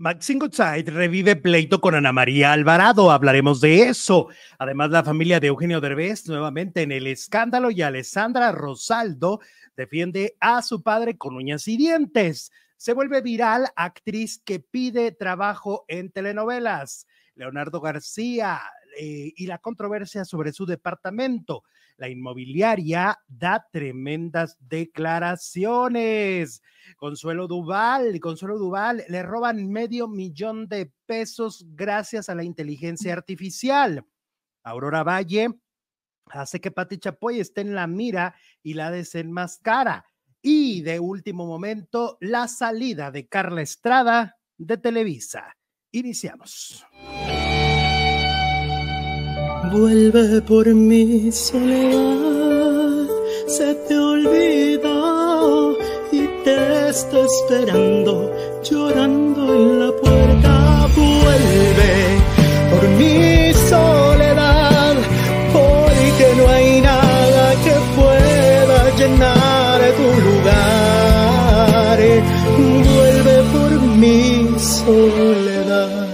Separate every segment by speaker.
Speaker 1: Maxine Goodside revive pleito con Ana María Alvarado. Hablaremos de eso. Además, la familia de Eugenio Derbez, nuevamente en el escándalo, y Alessandra Rosaldo defiende a su padre con uñas y dientes. Se vuelve viral actriz que pide trabajo en telenovelas. Leonardo García eh, y la controversia sobre su departamento. La inmobiliaria da tremendas declaraciones. Consuelo Duval, Consuelo Duval, le roban medio millón de pesos gracias a la inteligencia artificial. Aurora Valle hace que Pati Chapoy esté en la mira y la desenmascara. Y de último momento, la salida de Carla Estrada de Televisa. Iniciamos.
Speaker 2: Vuelve por mi soledad, se te olvida y te está esperando, llorando en la puerta. Vuelve por mi soledad, porque no hay nada que pueda llenar tu lugar. Vuelve por mi soledad.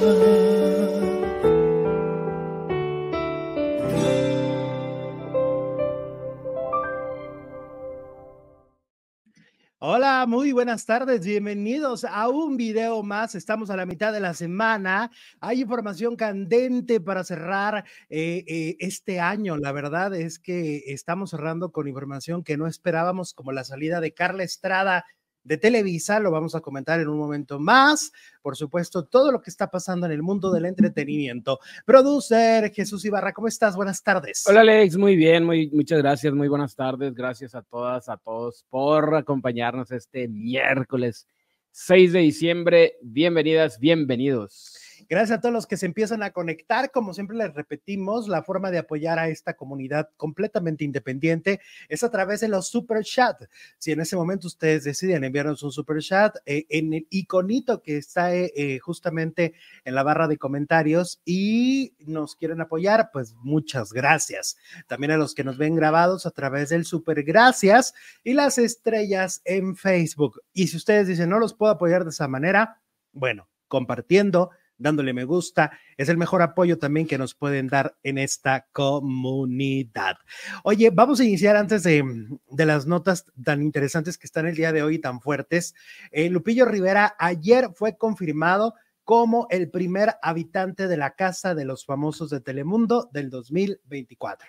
Speaker 1: Hola, muy buenas tardes, bienvenidos a un video más. Estamos a la mitad de la semana. Hay información candente para cerrar eh, eh, este año. La verdad es que estamos cerrando con información que no esperábamos, como la salida de Carla Estrada de Televisa, lo vamos a comentar en un momento más. Por supuesto, todo lo que está pasando en el mundo del entretenimiento. Producer Jesús Ibarra, ¿cómo estás? Buenas tardes.
Speaker 3: Hola Alex, muy bien, muy, muchas gracias, muy buenas tardes. Gracias a todas, a todos por acompañarnos este miércoles 6 de diciembre. Bienvenidas, bienvenidos.
Speaker 1: Gracias a todos los que se empiezan a conectar. Como siempre les repetimos, la forma de apoyar a esta comunidad completamente independiente es a través de los super chat. Si en ese momento ustedes deciden enviarnos un super chat, eh, en el iconito que está eh, justamente en la barra de comentarios y nos quieren apoyar, pues muchas gracias. También a los que nos ven grabados a través del super gracias y las estrellas en Facebook. Y si ustedes dicen, no los puedo apoyar de esa manera, bueno, compartiendo dándole me gusta. Es el mejor apoyo también que nos pueden dar en esta comunidad. Oye, vamos a iniciar antes de, de las notas tan interesantes que están el día de hoy y tan fuertes. Eh, Lupillo Rivera ayer fue confirmado como el primer habitante de la Casa de los Famosos de Telemundo del 2024.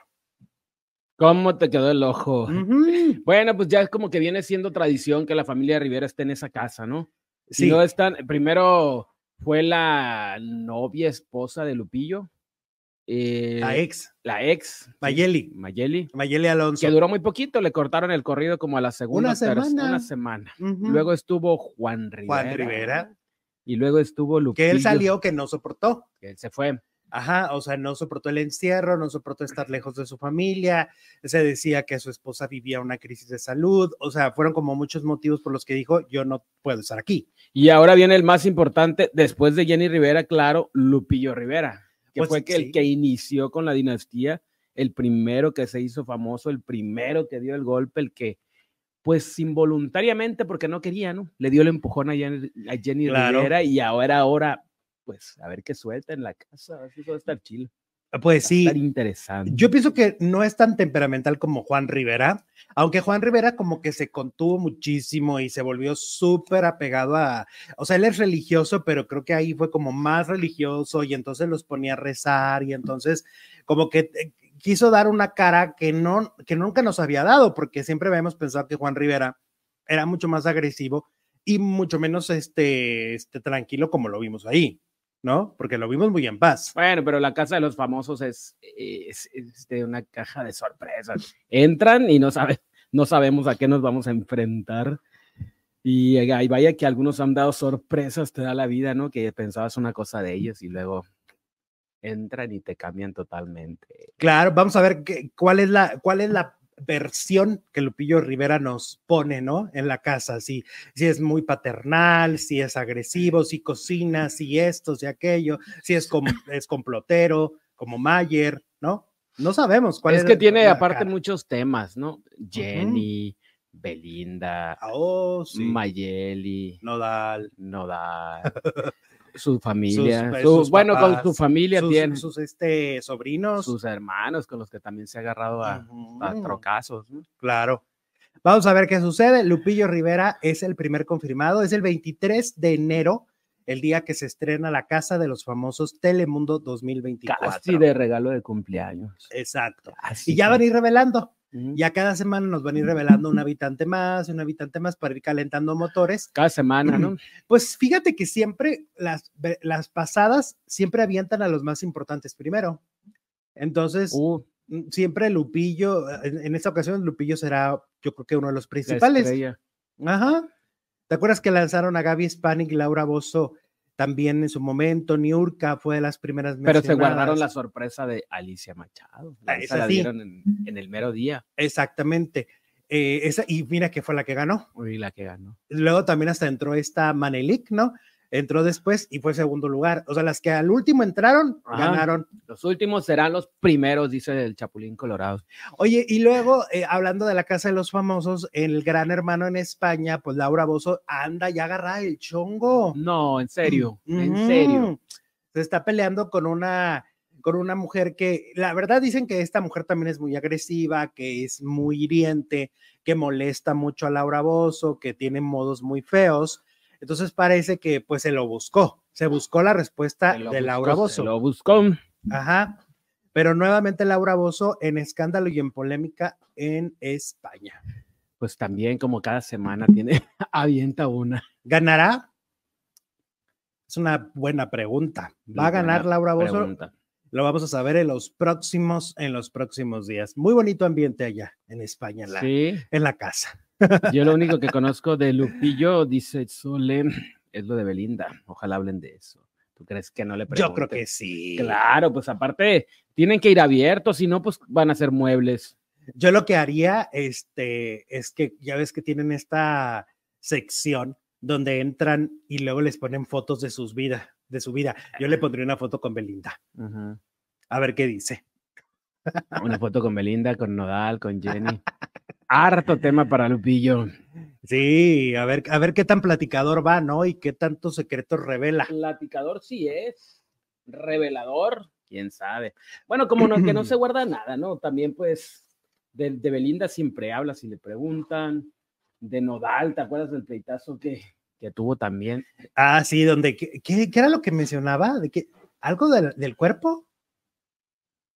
Speaker 3: ¿Cómo te quedó el ojo?
Speaker 1: Mm.
Speaker 3: Uh -huh. Bueno, pues ya es como que viene siendo tradición que la familia Rivera esté en esa casa, ¿no? Si sí. no están, primero fue la novia esposa de Lupillo.
Speaker 1: Eh, la ex.
Speaker 3: La ex.
Speaker 1: Mayeli.
Speaker 3: Mayeli.
Speaker 1: Mayeli Alonso.
Speaker 3: Que duró muy poquito, le cortaron el corrido como a la segunda.
Speaker 1: Una semana.
Speaker 3: Una semana. Uh -huh. Luego estuvo Juan Rivera.
Speaker 1: Juan Rivera.
Speaker 3: Y luego estuvo Lupillo.
Speaker 1: Que él salió que no soportó.
Speaker 3: Que él se fue.
Speaker 1: Ajá, o sea, no soportó el encierro, no soportó estar lejos de su familia, se decía que su esposa vivía una crisis de salud, o sea, fueron como muchos motivos por los que dijo, yo no puedo estar aquí.
Speaker 3: Y ahora viene el más importante, después de Jenny Rivera, claro, Lupillo Rivera, que pues, fue que sí. el que inició con la dinastía, el primero que se hizo famoso, el primero que dio el golpe, el que pues involuntariamente, porque no quería, ¿no? Le dio el empujón a Jenny, a Jenny claro. Rivera y ahora, ahora, pues a ver qué suelta en la casa, así va a estar chill.
Speaker 1: Pues va sí.
Speaker 3: Estar interesante.
Speaker 1: Yo pienso que no es tan temperamental como Juan Rivera, aunque Juan Rivera como que se contuvo muchísimo y se volvió súper apegado a, o sea, él es religioso, pero creo que ahí fue como más religioso y entonces los ponía a rezar y entonces como que eh, quiso dar una cara que no que nunca nos había dado, porque siempre habíamos pensado que Juan Rivera era mucho más agresivo y mucho menos este, este tranquilo como lo vimos ahí. ¿no? Porque lo vimos muy en paz.
Speaker 3: Bueno, pero la casa de los famosos es, es, es de una caja de sorpresas. Entran y no, sabe, no sabemos a qué nos vamos a enfrentar. Y, y, vaya que algunos han dado sorpresas, te da la vida, ¿no? Que pensabas una cosa de ellos y luego entran y te cambian totalmente.
Speaker 1: Claro, vamos a ver qué, cuál, es la, cuál es la versión que Lupillo Rivera nos pone, ¿no? En la casa, si, si es muy paternal, si es agresivo, si cocina, si esto, si aquello, si es, com es complotero, como Mayer, ¿no? No sabemos cuál
Speaker 3: es. Es que tiene aparte cara. muchos temas, ¿no? Jenny, uh -huh. Belinda,
Speaker 1: oh, sí.
Speaker 3: Mayeli,
Speaker 1: Nodal,
Speaker 3: Nodal. su familia, sus, su, sus bueno, papás, con su familia
Speaker 1: sus,
Speaker 3: tiene.
Speaker 1: Sus este, sobrinos.
Speaker 3: Sus hermanos con los que también se ha agarrado
Speaker 1: Mm,
Speaker 3: a, uh -huh. a trocazos. ¿no?
Speaker 1: Claro. Vamos a ver qué sucede. Lupillo Rivera es el primer confirmado, es el 23 de enero, el día que se estrena la Casa de los Famosos Telemundo 2024.
Speaker 3: Casi de regalo de cumpleaños.
Speaker 1: Exacto. Casi. Eh, Y ya van a ir revelando. Ya cada semana nos van a ir revelando un habitante más, un habitante más para ir calentando motores.
Speaker 3: Cada semana, ¿no?
Speaker 1: Pues fíjate que siempre las, las pasadas siempre avientan a los más importantes primero. Entonces, uh, siempre Lupillo, ah, en, en, esta ocasión Lupillo será, yo creo que uno de los principales. La Ajá. ¿Te acuerdas que lanzaron a Gaby Spanik, Laura Bozo, también en su momento, Niurka fue de las primeras
Speaker 3: Pero se guardaron la sorpresa de Alicia Machado.
Speaker 1: Ah,
Speaker 3: La esa, la dieron en, en, el mero día.
Speaker 1: Exactamente. Eh, esa, y mira que fue la que ganó.
Speaker 3: Y la que ganó.
Speaker 1: Luego también hasta entró esta Manelik, ¿no? Entró después y fue segundo lugar. O sea, las que al último entraron, Ajá. ganaron.
Speaker 3: Los últimos serán los primeros, dice el Chapulín Colorado.
Speaker 1: Oye, y luego, eh, hablando de la Casa de los Famosos, el gran hermano en España, pues Laura Bozo, anda ya agarra el chongo.
Speaker 3: No, en serio, mm -hmm. en serio.
Speaker 1: Se está peleando con una, con una mujer que, la verdad, dicen que esta mujer también es muy agresiva, que es muy hiriente, que molesta mucho a Laura Bozo, que tiene modos muy feos. Entonces parece que pues se lo buscó, se buscó la respuesta de buscó, Laura Bozo. Se
Speaker 3: lo buscó.
Speaker 1: Ajá. Pero nuevamente Laura Bozo en escándalo y en polémica en España.
Speaker 3: Pues también como cada semana tiene avienta una.
Speaker 1: ¿Ganará? Es una buena pregunta. ¿Va La a ganar Laura Bozo? Pregunta. Lo vamos a saber en los próximos en los próximos días. Muy bonito ambiente allá en España en la, ¿Sí? en la casa.
Speaker 3: Yo lo único que conozco de Lupillo, dice Sole, es lo de Belinda. Ojalá hablen de eso. ¿Tú crees que no le pregunten?
Speaker 1: Yo creo que sí.
Speaker 3: Claro, pues aparte tienen que ir abiertos, si no, pues van a ser muebles.
Speaker 1: Yo lo que haría, este, es que ya ves que tienen esta sección donde entran y luego les ponen fotos de sus vidas, de su vida. Yo le pondría una foto con Belinda. Uh -huh. A ver qué dice.
Speaker 3: Una foto con Belinda, con Nodal, con Jenny. harto tema para Lupillo.
Speaker 1: Sí, a ver, a ver qué tan platicador va, ¿no? Y qué tantos secretos revela.
Speaker 3: Platicador sí es, revelador, quién sabe. Bueno, como no, que no se guarda nada, ¿no? También pues de, de Belinda siempre habla si le preguntan, de Nodal, ¿te acuerdas del pleitazo que, que tuvo también?
Speaker 1: Ah, sí, donde, ¿qué, qué, qué era lo que mencionaba? ¿De qué? ¿Algo del, del cuerpo?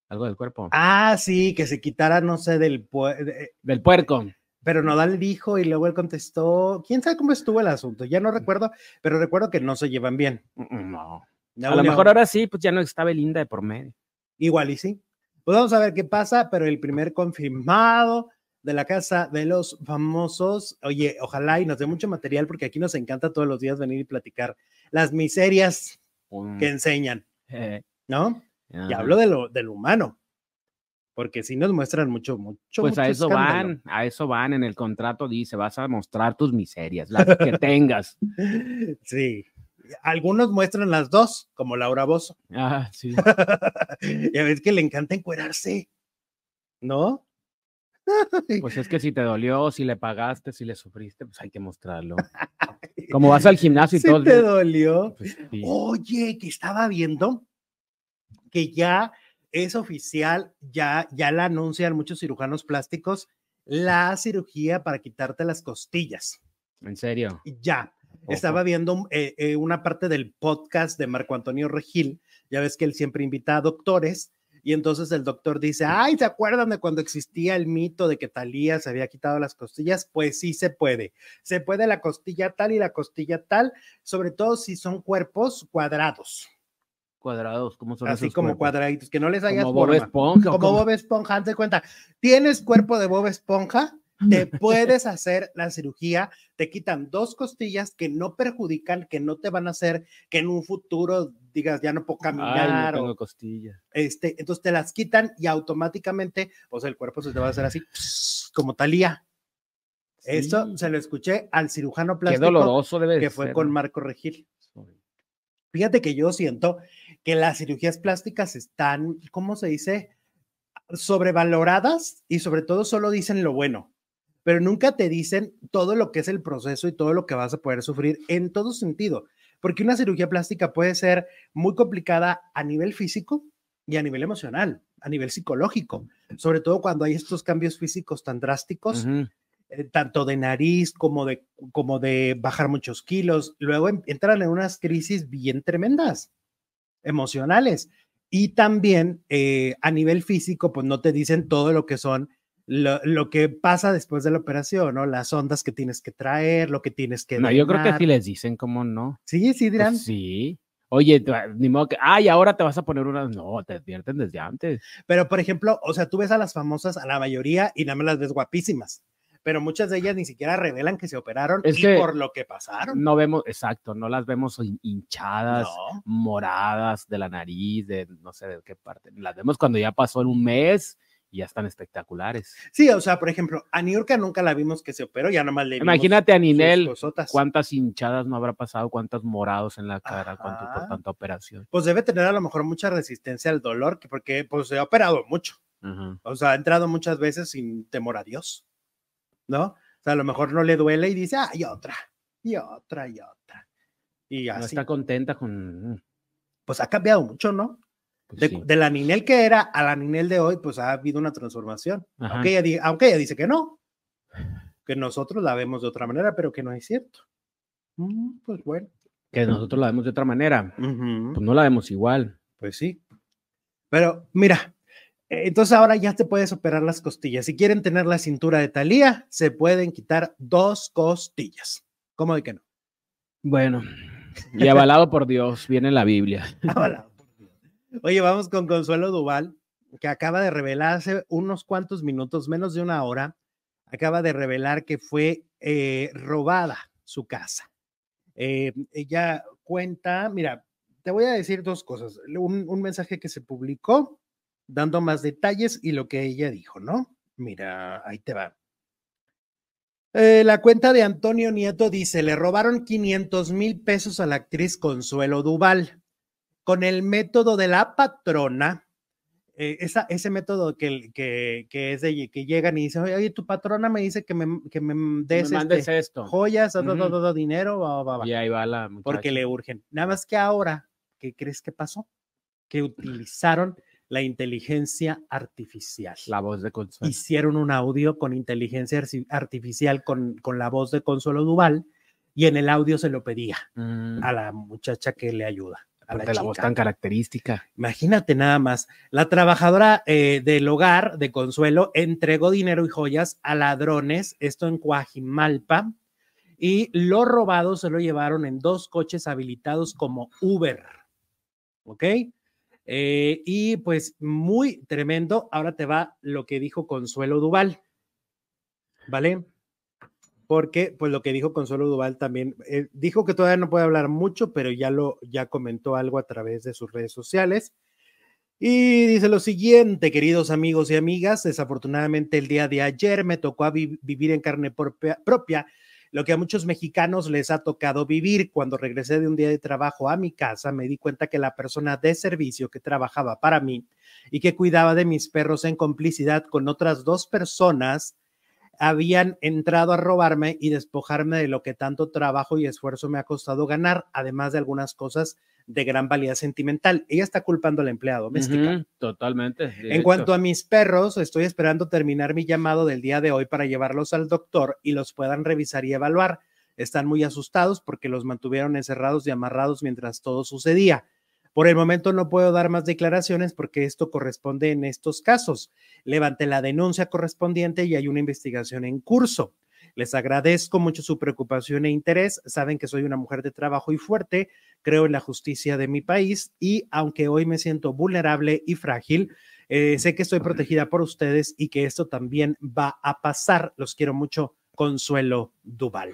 Speaker 3: algo del cuerpo.
Speaker 1: Ah, sí, que se quitara, no sé, del, puer...
Speaker 3: del puerco.
Speaker 1: Pero Nodal dijo y luego él contestó, quién sabe cómo estuvo el asunto, ya no recuerdo, pero recuerdo que no se llevan bien.
Speaker 3: No. no a lo mejor ahora sí, pues ya no está Belinda de por medio.
Speaker 1: Igual y sí. Pues vamos a ver qué pasa, pero el primer confirmado de la casa de los famosos, oye, ojalá y nos dé mucho material porque aquí nos encanta todos los días venir y platicar las miserias mm. que enseñan, eh. ¿no? Ajá. Y hablo de lo, del humano. Porque si sí nos muestran mucho, mucho.
Speaker 3: Pues
Speaker 1: mucho
Speaker 3: a eso escándalo. van, a eso van. En el contrato dice, vas a mostrar tus miserias, las que tengas.
Speaker 1: Sí. Algunos muestran las dos, como Laura Bozo.
Speaker 3: Ah, sí.
Speaker 1: ya ves que le encanta encuerarse, ¿no?
Speaker 3: pues es que si te dolió, si le pagaste, si le sufriste, pues hay que mostrarlo. Como vas al gimnasio y
Speaker 1: ¿Sí
Speaker 3: todo.
Speaker 1: te dolió. Pues, sí. Oye, que estaba viendo que ya es oficial, ya, ya la anuncian muchos cirujanos plásticos, la cirugía para quitarte las costillas.
Speaker 3: ¿En serio?
Speaker 1: Ya. Ojo. Estaba viendo eh, eh, una parte del podcast de Marco Antonio Regil, ya ves que él siempre invita a doctores, y entonces el doctor dice, ay, ¿se acuerdan de cuando existía el mito de que Talía se había quitado las costillas? Pues sí se puede. Se puede la costilla tal y la costilla tal, sobre todo si son cuerpos cuadrados
Speaker 3: cuadrados, ¿cómo son
Speaker 1: Así
Speaker 3: esos
Speaker 1: como
Speaker 3: cuerpos?
Speaker 1: cuadraditos, que no les hagas
Speaker 3: como Bob forma. Esponja.
Speaker 1: Como, como Bob Esponja, haz de cuenta, tienes cuerpo de Bob Esponja, te puedes hacer la cirugía, te quitan dos costillas que no perjudican, que no te van a hacer, que en un futuro digas, ya no puedo caminar.
Speaker 3: Ay, no tengo costillas.
Speaker 1: Este, entonces te las quitan y automáticamente, o sea, el cuerpo se te va a hacer así, como talía. Sí. Eso se lo escuché al cirujano plástico.
Speaker 3: Qué doloroso debe
Speaker 1: Que fue ser. con Marco Regil. Fíjate que yo siento que las cirugías plásticas están, ¿cómo se dice? Sobrevaloradas y sobre todo solo dicen lo bueno, pero nunca te dicen todo lo que es el proceso y todo lo que vas a poder sufrir en todo sentido. porque una cirugía plástica puede ser muy complicada a nivel físico y a nivel emocional, a nivel psicológico, sobre todo cuando hay estos cambios físicos tan drásticos. Uh -huh. eh, tanto de nariz como de, como de bajar muchos kilos, luego en, entran en unas crisis bien tremendas, emocionales, y también eh, a nivel físico, pues no te dicen todo lo que son lo, lo, que pasa después de la operación, ¿no? Las ondas que tienes que traer, lo que tienes que.
Speaker 3: No, drenar. yo creo que sí les dicen, ¿cómo no?
Speaker 1: Sí, sí, dirán.
Speaker 3: Pues sí. Oye, ni modo que, ay, ahora te vas a poner unas. No, te advierten desde antes.
Speaker 1: Pero, por ejemplo, o sea, tú ves a las famosas, a la mayoría, y nada más las ves guapísimas. Pero muchas de ellas ni siquiera revelan que se operaron es y que por lo que pasaron.
Speaker 3: No vemos, exacto, no las vemos hinchadas, no. moradas de la nariz, de no sé de qué parte. Las vemos cuando ya pasó en un mes, ya están espectaculares.
Speaker 1: Sí, o sea, por ejemplo, a Niurka nunca la vimos que se operó, ya nomás le vimos
Speaker 3: Imagínate a Ninel, cuántas hinchadas no habrá pasado, cuántos morados en la cara, cuánto, por tanta operación.
Speaker 1: Pues debe tener a lo mejor mucha resistencia al dolor, porque pues se ha operado mucho. Uh -huh. O sea, ha entrado muchas veces sin temor a Dios, ¿no? O sea, a lo mejor no le duele y dice, ah, y otra, y otra, y otra.
Speaker 3: Y así. No está contenta con... mm,
Speaker 1: Pues ha cambiado mucho, ¿no? Pues de, sí. de, la Ninel que era a la Ninel de hoy, pues ha habido una transformación. Aunque ella, aunque ella, dice que no, que nosotros la vemos de otra manera, pero que no es cierto. Mm, pues bueno.
Speaker 3: Que nosotros la vemos de otra manera. Uh -huh. Pues no la vemos igual.
Speaker 1: Pues sí. Pero mira, e, entonces ahora ya te puedes operar las costillas. Si quieren tener la cintura de Talía, se pueden quitar dos costillas. ¿Cómo de que no?
Speaker 3: Bueno, y avalado por Dios, viene la Biblia.
Speaker 1: Avalado. Ah, Oye, vamos con Consuelo Duval, que acaba de revelar hace unos cuantos minutos, menos de una hora, acaba de revelar que fue eh, robada su casa. Eh, ella cuenta, mira, te voy a decir dos cosas. Un, un, mensaje que se publicó dando más detalles y lo que ella dijo, ¿no? Mira, ahí te va. Eh, la cuenta de Antonio Nieto dice, le robaron 500 mil pesos a la actriz Consuelo Duval con el método de la patrona, eh, esa, ese método que, que, que, es de que llegan y dicen, oye, tu patrona me dice que me, que me des
Speaker 3: me mandes este, esto.
Speaker 1: joyas, uh -huh. do, do, do, dinero, va, va, va.
Speaker 3: Y ahí va la
Speaker 1: muchacha. Porque le urgen. Nada más que ahora, ¿qué crees que pasó? Que utilizaron la inteligencia artificial.
Speaker 3: La voz de Consuelo.
Speaker 1: Hicieron un audio con inteligencia artificial con, con la voz de Consuelo Duval y en el audio se lo pedía mm. a la muchacha que le ayuda. A
Speaker 3: la, la voz tan característica.
Speaker 1: Imagínate nada más. La trabajadora eh, del hogar de Consuelo entregó dinero y joyas a ladrones, esto en Coajimalpa, y lo robado se lo llevaron en dos coches habilitados como Uber. ¿Ok? Eh, y pues muy tremendo. Ahora te va lo que dijo Consuelo Duval. ¿Vale? porque pues lo que dijo Consuelo Duval también, eh, dijo que todavía no puede hablar mucho, pero ya lo, ya comentó algo a través de sus redes sociales. Y dice lo siguiente, queridos amigos y amigas, desafortunadamente el día de ayer me tocó a vi vivir en carne propia, propia, lo que a muchos mexicanos les ha tocado vivir. Cuando regresé de un día de trabajo a mi casa, me di cuenta que la persona de servicio que trabajaba para mí y que cuidaba de mis perros en complicidad con otras dos personas, habían entrado a robarme y despojarme de lo que tanto trabajo y esfuerzo me ha costado ganar, además de algunas cosas de gran valía sentimental. Ella está culpando a la empleada doméstica. Uh -huh,
Speaker 3: totalmente. Directo.
Speaker 1: En cuanto a mis perros, estoy esperando terminar mi llamado del día de hoy para llevarlos al doctor y los puedan revisar y evaluar. Están muy asustados porque los mantuvieron encerrados y amarrados mientras todo sucedía. Por el momento no puedo dar más declaraciones porque esto corresponde en estos casos. Levanté la denuncia correspondiente y hay una investigación en curso. Les agradezco mucho su preocupación e interés. Saben que soy una mujer de trabajo y fuerte, creo en la justicia de mi país y aunque hoy me siento vulnerable y frágil, eh, sé que estoy protegida por ustedes y que esto también va a pasar. Los quiero mucho, Consuelo Duval.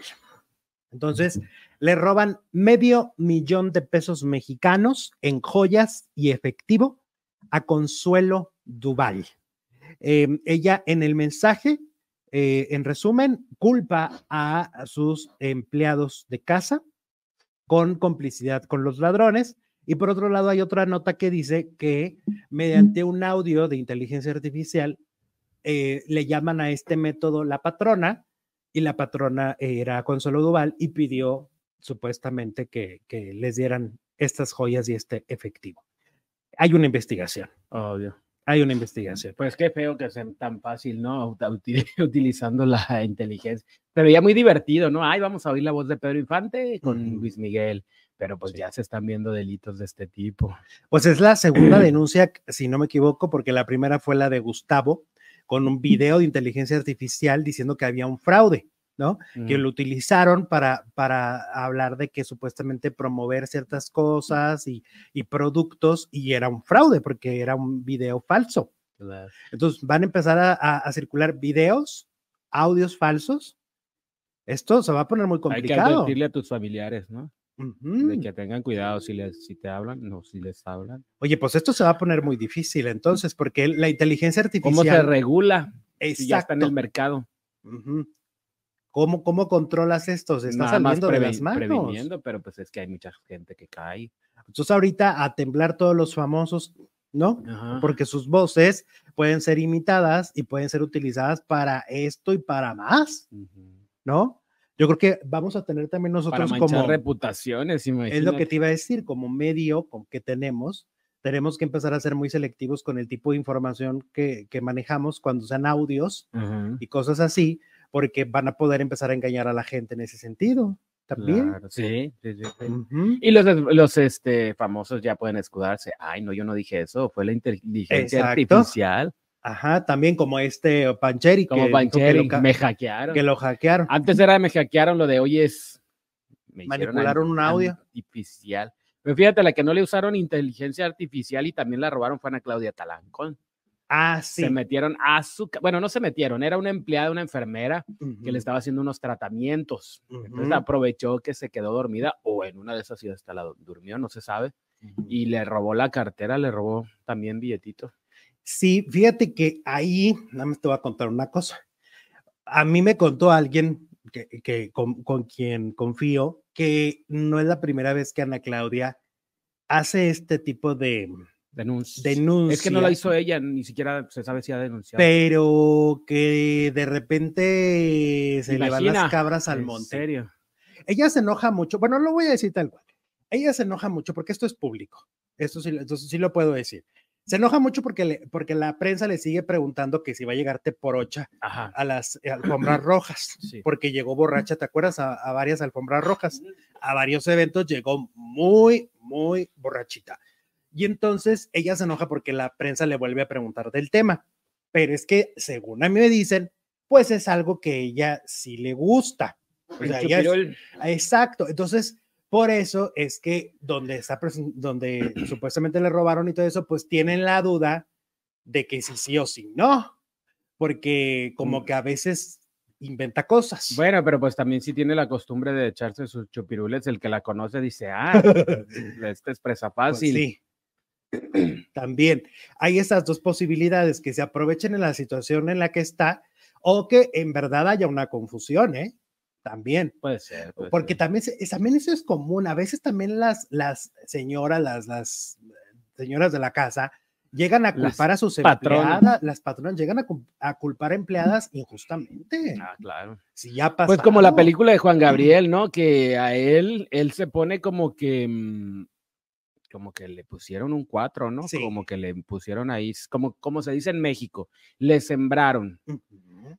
Speaker 1: Entonces, le roban medio millón de pesos mexicanos en joyas y efectivo a Consuelo Duval. Eh, ella en el mensaje, eh, en resumen, culpa a, a sus empleados de casa con complicidad con los ladrones. Y por otro lado, hay otra nota que dice que mediante un audio de inteligencia artificial eh, le llaman a este método la patrona y la patrona era Consuelo Duval y pidió supuestamente que, que les dieran estas joyas y este efectivo. Hay una investigación,
Speaker 3: Obvio.
Speaker 1: hay una investigación.
Speaker 3: Pues qué feo que sea tan fácil, ¿no? Util- Utilizando la inteligencia. Se veía muy divertido, ¿no? Ay, vamos a oír la voz de Pedro Infante con
Speaker 1: Ujú.
Speaker 3: Luis Miguel, pero pues ya se están viendo delitos de este tipo.
Speaker 1: Pues es la segunda denuncia, si no me equivoco, porque la primera fue la de Gustavo con un video de inteligencia artificial diciendo que había un fraude, ¿no? que
Speaker 3: Mm.
Speaker 1: lo utilizaron para, para hablar de que supuestamente promover ciertas cosas y, y productos y era un fraude porque era un video falso.
Speaker 3: Mm, Claro.
Speaker 1: Entonces van a empezar a, a- a circular videos, audios falsos. Esto se va a poner muy
Speaker 3: Hay que
Speaker 1: complicado. Mm.
Speaker 3: advertirle a tus familiares, ¿no?
Speaker 1: Ujú.
Speaker 3: De que tengan cuidado si, les, si te hablan, no, si les hablan.
Speaker 1: Oye, pues esto se va a poner muy difícil entonces porque la inteligencia artificial...
Speaker 3: ¿Cómo se regula si ya está en
Speaker 1: Exacto.
Speaker 3: el mercado?
Speaker 1: Ujú. ¿Cómo, ¿Cómo controlas esto? Se está
Speaker 3: Nada más
Speaker 1: saliendo de
Speaker 3: previ-
Speaker 1: las manos.
Speaker 3: previniendo, pero pues es que hay mucha gente que cae.
Speaker 1: Entonces ahorita a temblar todos los famosos, ¿no?
Speaker 3: Ajá.
Speaker 1: porque sus voces pueden ser imitadas y pueden ser utilizadas para esto y para más,
Speaker 3: Ujú.
Speaker 1: ¿no? Yo creo que vamos a tener también
Speaker 3: Para
Speaker 1: nosotros
Speaker 3: manchar
Speaker 1: como
Speaker 3: reputaciones, imagínate.
Speaker 1: es lo que te iba a decir, como medio con- que tenemos, tenemos que empezar a ser muy selectivos con el tipo de información que, que manejamos cuando sean audios
Speaker 3: Ujú.
Speaker 1: y cosas así, porque van a poder empezar a engañar a la gente en ese sentido también.
Speaker 3: Claro, sí, sí, sí, sí.
Speaker 1: Ujú.
Speaker 3: Mm. Y los, los este, famosos ya pueden escudarse. Ay, no, yo no dije eso. Fue la inteligencia
Speaker 1: Exacto.
Speaker 3: artificial.
Speaker 1: Ajá, también como este Pancheri que dijo
Speaker 3: Como
Speaker 1: que lo
Speaker 3: Bancheri,
Speaker 1: ca-
Speaker 3: me Ah, hackearon.
Speaker 1: que lo hackearon.
Speaker 3: Antes era de me hackearon lo de hoy es. me hicieron
Speaker 1: Manipularon
Speaker 3: an-
Speaker 1: un audio.
Speaker 3: Artificial. Pero fíjate, la que no le usaron inteligencia artificial y también la robaron fue Ana Claudia Talancón.
Speaker 1: Ah, sí.
Speaker 3: Se metieron a su. ca- Bueno, no se metieron, era una empleada, una enfermera que
Speaker 1: Ujú.
Speaker 3: le estaba haciendo unos tratamientos. Entonces
Speaker 1: Ujú.
Speaker 3: aprovechó que se quedó dormida o en una de esas ciudades hasta la du- durmió, no se sabe. Y le robó la cartera, le robó también billetito.
Speaker 1: Sí, fíjate que ahí, nada más te voy a contar una cosa. A mí me contó alguien que, que con, con quien confío que no es la primera vez que Ana Claudia hace este tipo de
Speaker 3: Denuncia.
Speaker 1: denuncias,
Speaker 3: es que no la hizo ella, ni siquiera se sabe si ha denunciado.
Speaker 1: pero que de repente se le van
Speaker 3: Imagina,
Speaker 1: las cabras al
Speaker 3: ¿En
Speaker 1: monte.
Speaker 3: serio?
Speaker 1: Ella se enoja mucho, bueno, lo voy a decir tal cual. Ella se enoja mucho porque esto es público. Esto sí, lo- esto sí lo puedo decir. Se enoja mucho porque, le- porque la prensa le sigue preguntando que si va a llegarte por ocha
Speaker 3: Ajá.
Speaker 1: a las eh, alfombras rojas,
Speaker 3: Sí.
Speaker 1: porque llegó borracha, ¿te acuerdas? A, a varias alfombras rojas, a varios eventos llegó muy, muy borrachita. Y entonces ella se enoja porque la prensa le vuelve a preguntar del tema. Pero es que, según a mí me dicen, pues es algo que ella sí le gusta. O sea, ella es-
Speaker 3: Chupirul.
Speaker 1: Exacto. Entonces, por eso es que donde está presen- donde supuestamente le robaron y todo eso, pues tienen la duda de que si sí o si no, porque como
Speaker 3: Mm.
Speaker 1: que a veces inventa cosas.
Speaker 3: Bueno, pero pues también si tiene la costumbre de echarse sus chupirules, el que la conoce dice, ah, este es presa
Speaker 1: Pues
Speaker 3: fácil.
Speaker 1: sí. También hay esas dos posibilidades que se aprovechen en la situación en la que está o que en verdad haya una confusión, ¿eh? También.
Speaker 3: Puede ser. puede
Speaker 1: Porque
Speaker 3: ser.
Speaker 1: también, se- es- también eso es común. A veces también las, las señoras, las, las eh, señoras de la casa llegan a
Speaker 3: Las
Speaker 1: culpar a sus
Speaker 3: patronas.
Speaker 1: empleadas, las patronas llegan a, cul- a culpar a empleadas injustamente.
Speaker 3: Ah, claro.
Speaker 1: Si ya pasó.
Speaker 3: Pues como la película de Juan Gabriel, ¿no? Que a él, él se pone como que, mm, como que le pusieron un cuatro, ¿no?
Speaker 1: Sí.
Speaker 3: Como que le pusieron ahí, s- como, como se dice en México, le sembraron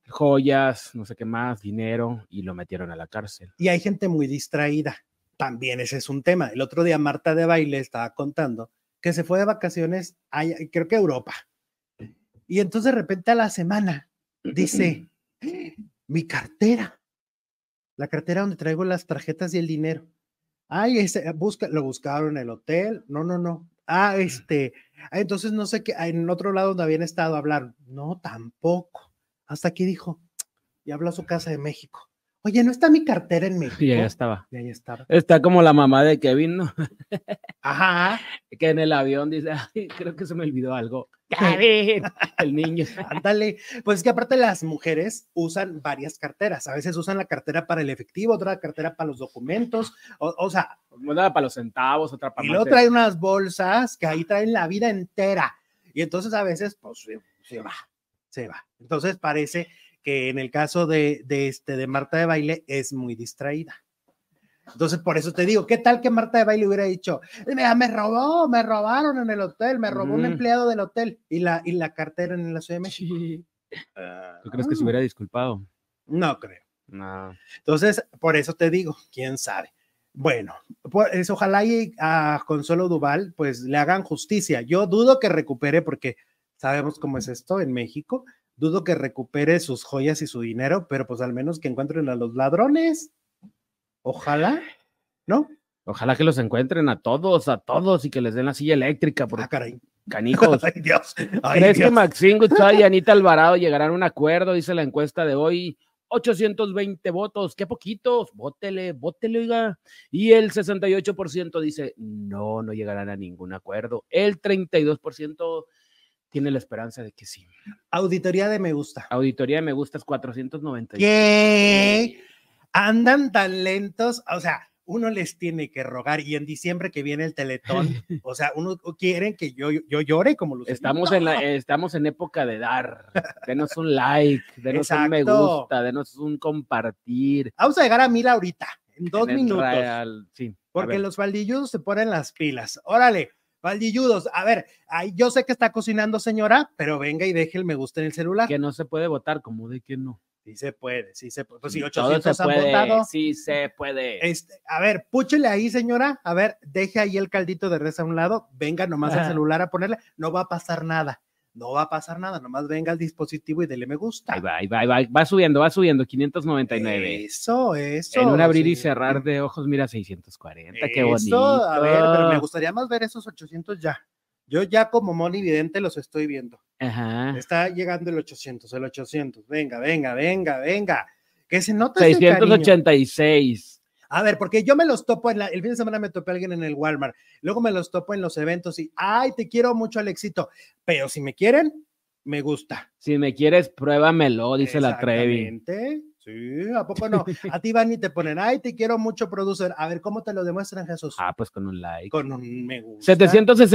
Speaker 3: joyas, no sé qué más, dinero, y lo metieron a la cárcel.
Speaker 1: Y hay gente muy distraída. También ese es un tema. El otro día Marta de Baile estaba contando que se fue de vacaciones, a, creo que a Europa. Y entonces de repente a la semana dice, mi cartera, la cartera donde traigo las tarjetas y el dinero. Ay, ese, busca, lo buscaron en el hotel. No, no, no. Ah, este, ah, entonces no sé qué, ah, en otro lado donde habían estado hablar. No, tampoco. Hasta aquí dijo, y habló a su casa de México. Oye, ¿no está mi cartera en México?
Speaker 3: Y allá estaba.
Speaker 1: Y ahí estaba.
Speaker 3: Está como la mamá de Kevin, ¿no?
Speaker 1: Ajá,
Speaker 3: que en el avión dice, "Ay, creo que se me olvidó algo. Karen, el niño.
Speaker 1: ándale. Pues es que aparte las mujeres usan varias carteras. A veces usan la cartera para el efectivo, otra cartera para los documentos. O, o sea,
Speaker 3: Una para los centavos, otra para
Speaker 1: y luego
Speaker 3: más de-
Speaker 1: traen unas bolsas que ahí traen la vida entera. Y entonces a veces, pues, se, se va, se va. Entonces parece que en el caso de, de este, de Marta de Baile es muy distraída. Entonces, por eso te digo, ¿qué tal que Marta de Baile hubiera dicho, "Mira, me robó, me robaron en el hotel, me robó un
Speaker 3: Mm.
Speaker 1: empleado del hotel y la, y la cartera en la Ciudad de México? Ah,
Speaker 3: ¿Tú crees que se hubiera disculpado?
Speaker 1: No creo.
Speaker 3: No.
Speaker 1: Entonces, por eso te digo, quién sabe. Bueno, pues ojalá y a Consuelo Duval pues le hagan justicia. Yo dudo que recupere porque sabemos cómo es esto en México. Dudo que recupere sus joyas y su dinero, pero pues al menos que encuentren a los ladrones. Ojalá, ¿no?
Speaker 3: Ojalá que los encuentren a todos, a todos y que les den la silla eléctrica por
Speaker 1: Ah, caray.
Speaker 3: canijos.
Speaker 1: Ay, Dios. Ay,
Speaker 3: ¿Crees que
Speaker 1: Dios.
Speaker 3: Maxine Guzmán y Anita Alvarado llegarán a un acuerdo? Dice la encuesta de hoy. 820 votos, qué poquitos, vótele, vótele, oiga. Y el 68% dice, no, no llegarán a ningún acuerdo. El 32% tiene la esperanza de que sí.
Speaker 1: Auditoría de Me Gusta.
Speaker 3: Auditoría de me gustas 490.
Speaker 1: ¿Qué? Andan tan lentos, o sea, uno les tiene que rogar y en diciembre que viene el teletón, o sea, uno quieren que yo, yo llore como los
Speaker 3: Estamos en, la, estamos en época de dar. Denos un like, denos un me
Speaker 1: Exacto.
Speaker 3: gusta, denos un compartir.
Speaker 1: Vamos a llegar a mil ahorita, en dos
Speaker 3: En el
Speaker 1: minutos,
Speaker 3: real, sí. a
Speaker 1: porque
Speaker 3: ver.
Speaker 1: los baldilludos se ponen las pilas. Órale, baldilludos, a ver, ay, yo sé que está cocinando señora, pero venga y deje el me gusta en el celular.
Speaker 3: que no se puede votar, como de que no.
Speaker 1: Sí se puede, sí se puede. Pues sí,
Speaker 3: Todo
Speaker 1: 800
Speaker 3: se
Speaker 1: han
Speaker 3: puede,
Speaker 1: votado.
Speaker 3: Sí, se puede.
Speaker 1: Este, a ver, púchele ahí, señora. A ver, deje ahí el caldito de res a un lado. Venga nomás al
Speaker 3: Ajá.
Speaker 1: celular a ponerle. No va a pasar nada. No va a pasar nada. Nomás venga al dispositivo y dele me gusta.
Speaker 3: Ahí va, ahí va, ahí va, va subiendo, va subiendo, 599.
Speaker 1: Eso, eso.
Speaker 3: en un abrir y
Speaker 1: sí.
Speaker 3: cerrar de ojos, mira, 640, qué bonito.
Speaker 1: Eso, a ver, pero me gustaría más ver esos 800 ya. Yo ya como Moni Vidente los estoy viendo.
Speaker 3: Ajá.
Speaker 1: Está llegando el 800, el 800. Venga, venga, venga, venga. Que se nota ese cariño.
Speaker 3: 686.
Speaker 1: A ver, porque yo me los topo en la, el fin de semana me topé a alguien en el Walmart, luego me los topo en los eventos y, ay, te quiero mucho, Alexito, pero si me quieren, me gusta.
Speaker 3: Si me quieres, pruébamelo, dice la Trevi.
Speaker 1: Exactamente. Sí, ¿a poco no? A ti van y te ponen, ay, te quiero mucho, producer. A ver, ¿cómo te lo demuestran, Jesús?
Speaker 3: Ah, pues con un like.
Speaker 1: Con un me gusta.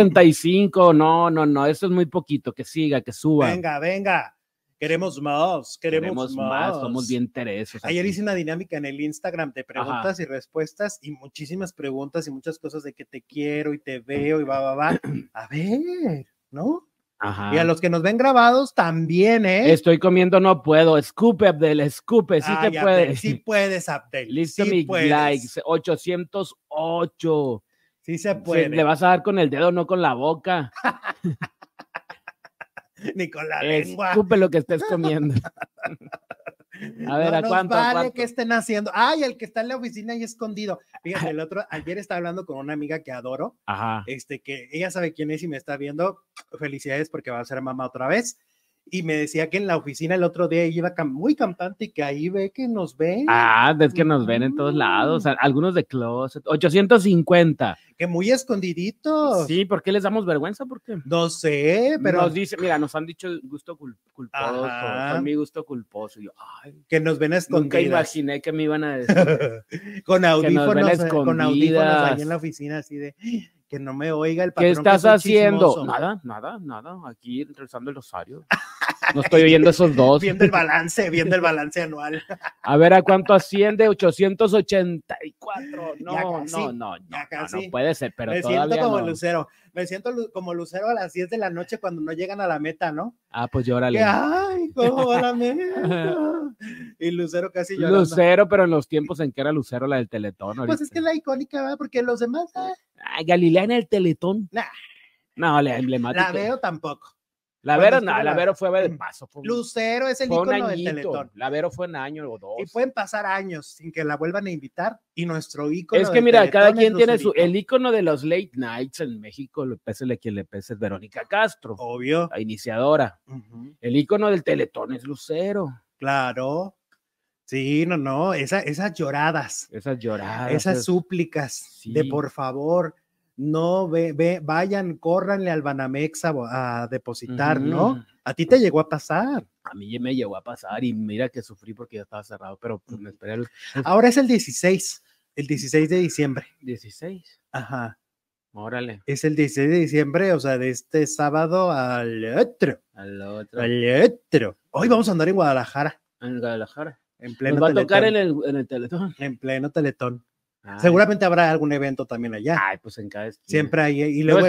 Speaker 3: 765, no, no, no, eso es muy poquito, que siga, que suba.
Speaker 1: Venga, venga. Queremos más, queremos, más.
Speaker 3: somos bien teresos.
Speaker 1: Ayer
Speaker 3: aquí.
Speaker 1: hice una dinámica en el Instagram de preguntas y respuestas y muchísimas preguntas y muchas cosas de que te quiero y te veo y va, va, va. A ver, ¿no?
Speaker 3: Ajá.
Speaker 1: Y a los que nos ven grabados también, ¿eh?
Speaker 3: Estoy comiendo, no puedo. Escupe, Abdel, escupe, sí
Speaker 1: Ay,
Speaker 3: que
Speaker 1: Abdel,
Speaker 3: puedes.
Speaker 1: Sí puedes, Abdel.
Speaker 3: Listo,
Speaker 1: sí
Speaker 3: mi
Speaker 1: puedes.
Speaker 3: likes, 808.
Speaker 1: Sí se
Speaker 3: Se-
Speaker 1: puede.
Speaker 3: le vas a dar con el dedo, no con la boca.
Speaker 1: Ni con la lengua.
Speaker 3: Escupe lo que estés comiendo. A ver,
Speaker 1: No
Speaker 3: ¿a
Speaker 1: nos
Speaker 3: cuánto? a
Speaker 1: vale
Speaker 3: cuánto?
Speaker 1: que estén haciendo. Ay, el que está en la oficina y escondido. Fíjate, el otro, ayer estaba hablando con una amiga que adoro,
Speaker 3: Ajá.
Speaker 1: este, que ella sabe quién es y me está viendo, felicidades porque va a ser mamá otra vez. Y me decía que en la oficina el otro día ella iba cam- muy cantante y que ahí ve que nos ven,
Speaker 3: Ah, es que nos ven en todos
Speaker 1: Mm.
Speaker 3: lados, a- algunos de closet, 850.
Speaker 1: que muy escondiditos.
Speaker 3: Sí, ¿por qué les damos vergüenza? Porque
Speaker 1: No sé, pero
Speaker 3: nos dice, mira, nos han dicho gusto cul- culposo,
Speaker 1: Ajá.
Speaker 3: son mi gusto culposo. Y yo, ay,
Speaker 1: que nos ven a
Speaker 3: nunca
Speaker 1: escondidas.
Speaker 3: imaginé que me iban a decir.
Speaker 1: con audífonos, eh, con audífonos ahí
Speaker 3: escondidas.
Speaker 1: en la oficina así de que no me oiga el
Speaker 3: ¿Qué
Speaker 1: patrón. que
Speaker 3: estás
Speaker 1: es un
Speaker 3: haciendo?
Speaker 1: chismoso".
Speaker 3: Nada, nada, nada. Aquí rezando el rosario. No estoy oyendo esos dos.
Speaker 1: Viendo el balance, viendo el balance anual.
Speaker 3: A ver a cuánto asciende 884. No,
Speaker 1: Ya casi,
Speaker 3: no, no, no,
Speaker 1: ya
Speaker 3: no,
Speaker 1: casi.
Speaker 3: no puede ser, pero
Speaker 1: me siento
Speaker 3: todavía
Speaker 1: como
Speaker 3: no.
Speaker 1: lucero. Me siento lu- como lucero a las 10 de la noche cuando no llegan a la meta, ¿no?
Speaker 3: Ah, pues llórale.
Speaker 1: Que, ay, cómo va la meta. Y Lucero casi llorando.
Speaker 3: Lucero, pero en los tiempos en que era Lucero la del Teletón.
Speaker 1: Pues es
Speaker 3: ahorita.
Speaker 1: que la icónica, ¿verdad? Porque los demás, ah,
Speaker 3: Ah, Galilea en el Teletón.
Speaker 1: Nah.
Speaker 3: No, la emblemática.
Speaker 1: la veo tampoco.
Speaker 3: La
Speaker 1: Cuando
Speaker 3: Vero,
Speaker 1: estuvo
Speaker 3: no, la
Speaker 1: la-
Speaker 3: Vero fue de paso. Fue un,
Speaker 1: Lucero es el
Speaker 3: fue un
Speaker 1: icono del
Speaker 3: añito.
Speaker 1: Teletón.
Speaker 3: La Vero fue un año o dos.
Speaker 1: Y pueden pasar años sin que la vuelvan a invitar. Y nuestro icono.
Speaker 3: Es que
Speaker 1: del
Speaker 3: mira, cada
Speaker 1: Teletón es
Speaker 3: quien tiene su.
Speaker 1: Lucerito.
Speaker 3: El icono de los late nights en México, le pese a quien le pese, es Verónica Castro,
Speaker 1: Obvio.
Speaker 3: la iniciadora.
Speaker 1: Ujú.
Speaker 3: El icono del Teletón es Lucero.
Speaker 1: Claro. Sí, no, no. esa- esas lloradas.
Speaker 3: Esas lloradas.
Speaker 1: esas súplicas de
Speaker 3: Sí.
Speaker 1: por favor, no ve, ve- vayan, córranle al Banamex a, bo- a depositar, ¿no?
Speaker 3: Ujú.
Speaker 1: A ti te llegó a pasar.
Speaker 3: A mí ya me llegó a pasar y mira que sufrí porque ya estaba cerrado, pero pues, me esperé el
Speaker 1: Ahora es el 16, el 16 de diciembre.
Speaker 3: 16.
Speaker 1: Ajá,
Speaker 3: Órale,
Speaker 1: es el 16 de diciembre, o sea, de este sábado al otro,
Speaker 3: al otro.
Speaker 1: al otro. Hoy vamos a andar en Guadalajara,
Speaker 3: En Guadalajara.
Speaker 1: en
Speaker 3: Nos
Speaker 1: pleno
Speaker 3: va a tocar
Speaker 1: teletón.
Speaker 3: en el, en el Teletón.
Speaker 1: En pleno teletón.
Speaker 3: Ay.
Speaker 1: Seguramente habrá algún evento también allá.
Speaker 3: Ay, pues en cada esquina.
Speaker 1: Siempre hay. Y luego,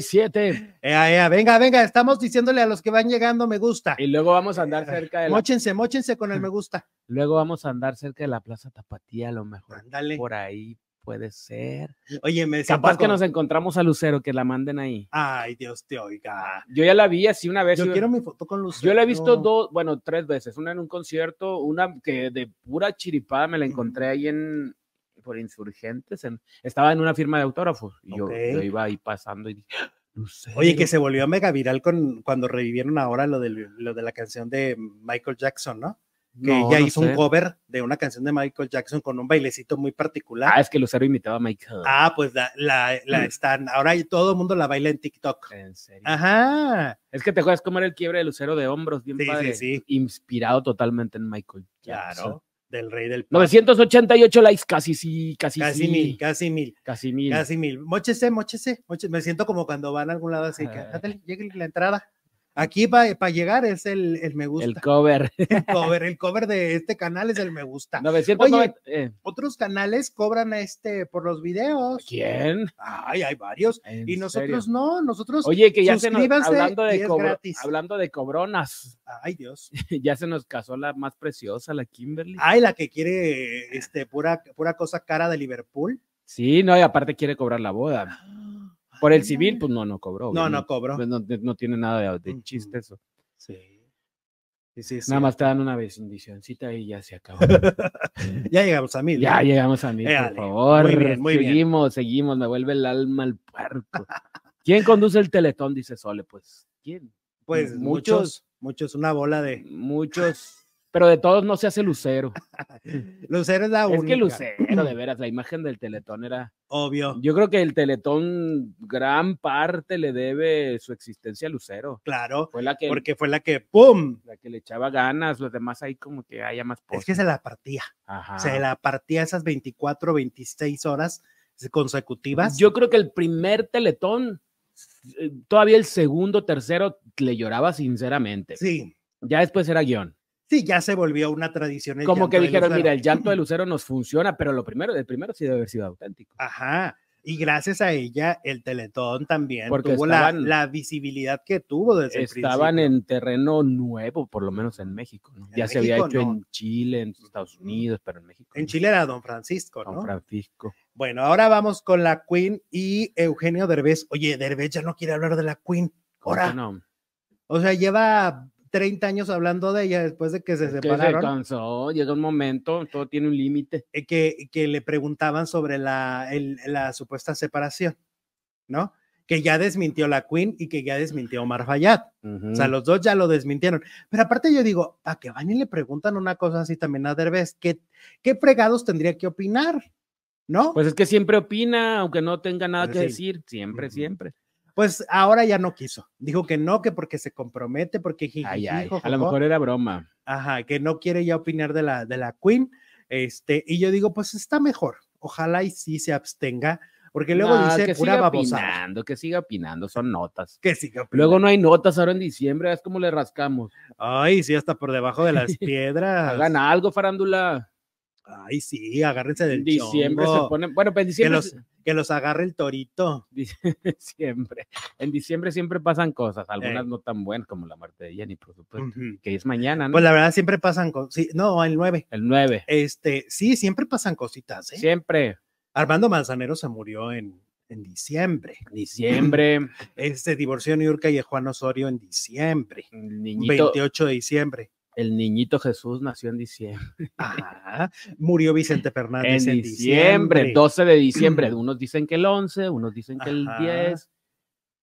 Speaker 3: 947.
Speaker 1: Ea, ea, venga, venga, estamos diciéndole a los que van llegando me gusta.
Speaker 3: Y luego vamos a andar cerca de la, Mm.
Speaker 1: Móchense, móchense con el me gusta.
Speaker 3: luego vamos a andar cerca de la Plaza Tapatía, a lo mejor.
Speaker 1: Ándale.
Speaker 3: Por ahí puede ser.
Speaker 1: Oye, me siento
Speaker 3: Capaz que
Speaker 1: como-
Speaker 3: nos encontramos a Lucero, que la manden ahí.
Speaker 1: Ay, Dios te oiga.
Speaker 3: Yo ya la vi así una vez.
Speaker 1: Yo
Speaker 3: y-
Speaker 1: quiero mi foto con Lucero.
Speaker 3: Pues Yo la he visto dos, bueno, tres veces. Una en un concierto, una que de pura chiripada me la
Speaker 1: Ujú.
Speaker 3: encontré ahí en por insurgentes. en- estaba en una firma de autógrafos. Y yo,
Speaker 1: Ok.
Speaker 3: yo iba ahí pasando y dije, ¡Ah! Lucero.
Speaker 1: Oye, que se volvió mega viral con, cuando revivieron ahora lo de, lo de la canción de Michael Jackson, ¿no? Que
Speaker 3: No,
Speaker 1: ella
Speaker 3: no
Speaker 1: hizo
Speaker 3: sé.
Speaker 1: un cover de una canción de Michael Jackson con un bailecito muy particular.
Speaker 3: Ah, es que Lucero imitaba a Michael.
Speaker 1: Ah, pues la, la, la están. Ahora ya todo el mundo la baila en TikTok.
Speaker 3: Mm. En serio.
Speaker 1: ah. Ajá.
Speaker 3: Es que te acuerdas cómo era el quiebre de Lucero de hombros, bien
Speaker 1: Sí, sí,
Speaker 3: padre.
Speaker 1: sí.
Speaker 3: Inspirado totalmente en Michael Jackson.
Speaker 1: Claro. Del rey del pop.
Speaker 3: 988 likes, casi sí, casi,
Speaker 1: Casi
Speaker 3: sí,
Speaker 1: mil, casi mil,
Speaker 3: casi mil.
Speaker 1: casi mil. Móchese, móchese, móchese. Me siento como cuando van a algún lado así. que,
Speaker 3: Ah.
Speaker 1: ándale, llegue la entrada. Aquí para llegar es el, el me gusta.
Speaker 3: El cover.
Speaker 1: El cover, el cover de este canal es el me gusta.
Speaker 3: 990. eh,
Speaker 1: Otros canales cobran este por los videos.
Speaker 3: ¿Quién?
Speaker 1: Ay, hay varios. Y
Speaker 3: ¿En serio?
Speaker 1: nosotros no, nosotros.
Speaker 3: Oye, que ya se nos,
Speaker 1: suscríbanse
Speaker 3: hablando
Speaker 1: y
Speaker 3: de,
Speaker 1: es
Speaker 3: cobro-
Speaker 1: gratis.
Speaker 3: hablando de cobronas,
Speaker 1: Ay, Dios.
Speaker 3: ya se nos casó la más preciosa, la Kimberly.
Speaker 1: Ay, la que quiere este, pura, pura cosa cara de Liverpool.
Speaker 3: Sí, no, y aparte quiere cobrar la boda. Por el
Speaker 1: Ay,
Speaker 3: civil, pues no, no cobró.
Speaker 1: No, no
Speaker 3: obviamente.
Speaker 1: cobro.
Speaker 3: Pues No, no, tiene nada de, de
Speaker 1: Ujú.
Speaker 3: chiste eso.
Speaker 1: Sí. Sí, sí, sí.
Speaker 3: Nada más te dan una bendicioncita y ya se acabó.
Speaker 1: Ya llegamos a mil. ¿eh?
Speaker 3: ya
Speaker 1: ¿no?
Speaker 3: llegamos a mí,
Speaker 1: Éale,
Speaker 3: por favor.
Speaker 1: muy bien, muy bien.
Speaker 3: seguimos, seguimos, me vuelve el alma al puerco. ¿Quién conduce el teletón? Dice Sole, pues. ¿Quién?
Speaker 1: Pues muchos, muchos, una bola de.
Speaker 3: Muchos. Pero de todos no se hace lucero.
Speaker 1: Lucero es la
Speaker 3: Es
Speaker 1: única.
Speaker 3: que Lucero, de veras, la imagen del Teletón era.
Speaker 1: Obvio,
Speaker 3: Yo creo que el Teletón, gran parte le debe su existencia a Lucero.
Speaker 1: claro.
Speaker 3: Fue la que,
Speaker 1: Porque fue la que, ¡pum!
Speaker 3: la que le echaba ganas, los demás ahí como que haya más
Speaker 1: Es
Speaker 3: post.
Speaker 1: que se la partía.
Speaker 3: Ajá.
Speaker 1: Se la partía esas 24, 26 horas consecutivas.
Speaker 3: Yo creo que el primer Teletón, eh, todavía el segundo, tercero, le lloraba sinceramente.
Speaker 1: Sí,
Speaker 3: Ya después era guión.
Speaker 1: sí, ya se volvió una tradición. el
Speaker 3: Como que
Speaker 1: llanto de
Speaker 3: dijeron,
Speaker 1: Lucero.
Speaker 3: mira, el llanto de Lucero nos funciona, pero lo primero, el primero sí debe haber sido auténtico.
Speaker 1: Ah, Ajá. Y gracias a ella, el Teletón también
Speaker 3: Porque
Speaker 1: tuvo la-
Speaker 3: estaban-
Speaker 1: la, visibilidad que tuvo desde el principio.
Speaker 3: estaban en terreno nuevo, por lo menos en México. ¿no?
Speaker 1: En
Speaker 3: ya se había
Speaker 1: México,
Speaker 3: hecho
Speaker 1: no.
Speaker 3: en Chile, en Estados Unidos, pero en México.
Speaker 1: En
Speaker 3: no.
Speaker 1: Chile era Don Francisco,
Speaker 3: San
Speaker 1: ¿no?
Speaker 3: Francisco.
Speaker 1: Bueno, ahora vamos con la Queen y Eugenio Derbez. Oye, Derbez ya no quiere hablar de la Queen.
Speaker 3: ¿Cómo que
Speaker 1: Ahora,
Speaker 3: no?
Speaker 1: o sea, lleva 30 años hablando de ella después de que se
Speaker 3: Es que se
Speaker 1: separaron.
Speaker 3: cansó, llega un momento, todo tiene un límite.
Speaker 1: eh, que, que le preguntaban sobre la, el- la supuesta separación, ¿no? Que ya desmintió la Queen y que ya desmintió Omar Fayad. O sea,
Speaker 3: Ujú.
Speaker 1: los dos ya lo desmintieron. Pero aparte yo digo, ¿a que van y le preguntan una cosa así también a Derbez? ¿Qué, qué fregados tendría que opinar? ¿No? Pues,
Speaker 3: Pues es que siempre opina, aunque no tenga nada
Speaker 1: Pues
Speaker 3: que
Speaker 1: sí.
Speaker 3: decir, siempre,
Speaker 1: Ujú.
Speaker 3: siempre.
Speaker 1: Pues ahora ya no quiso. Dijo que no, que porque se compromete, porque jiji,
Speaker 3: Ay, ay,
Speaker 1: jijo,
Speaker 3: a lo
Speaker 1: jojo.
Speaker 3: mejor era broma.
Speaker 1: Ajá, que no quiere ya opinar de la, de la Queen. Este, y yo digo, pues está mejor. Ojalá y sí se abstenga, porque luego
Speaker 3: No,
Speaker 1: dice
Speaker 3: que
Speaker 1: pura
Speaker 3: siga
Speaker 1: babosada.
Speaker 3: opinando, que siga opinando, son notas.
Speaker 1: Que siga opinando.
Speaker 3: Luego no hay notas ahora en diciembre, es como le rascamos.
Speaker 1: Ay, sí, hasta por debajo de las piedras.
Speaker 3: Hagan algo, farándula.
Speaker 1: Ay, sí, agárrense del
Speaker 3: En diciembre se
Speaker 1: chongo,
Speaker 3: pone, bueno, pues en diciembre
Speaker 1: los- que los agarre el torito.
Speaker 3: Dice- siempre. En diciembre siempre pasan cosas, algunas
Speaker 1: Ey.
Speaker 3: no tan buenas como la muerte de Jenny, por supuesto,
Speaker 1: Ujú.
Speaker 3: que es mañana, ¿no?
Speaker 1: Mm. Pues la verdad siempre pasan cosas. no, el 9.
Speaker 3: el 9.
Speaker 1: Este, sí, siempre pasan cositas, ¿eh?
Speaker 3: Siempre,
Speaker 1: Armando Manzanero se murió en, en diciembre.
Speaker 3: diciembre,
Speaker 1: Este divorció Niurka y Juan Osorio en diciembre.
Speaker 3: el niñito,
Speaker 1: 28 de diciembre.
Speaker 3: el niñito Jesús nació en diciembre.
Speaker 1: Ajá. Murió Vicente
Speaker 3: En
Speaker 1: Fernández en,
Speaker 3: diciembre, 12 de diciembre. Unos dicen que el 11, unos dicen que el
Speaker 1: Ajá.
Speaker 3: 10,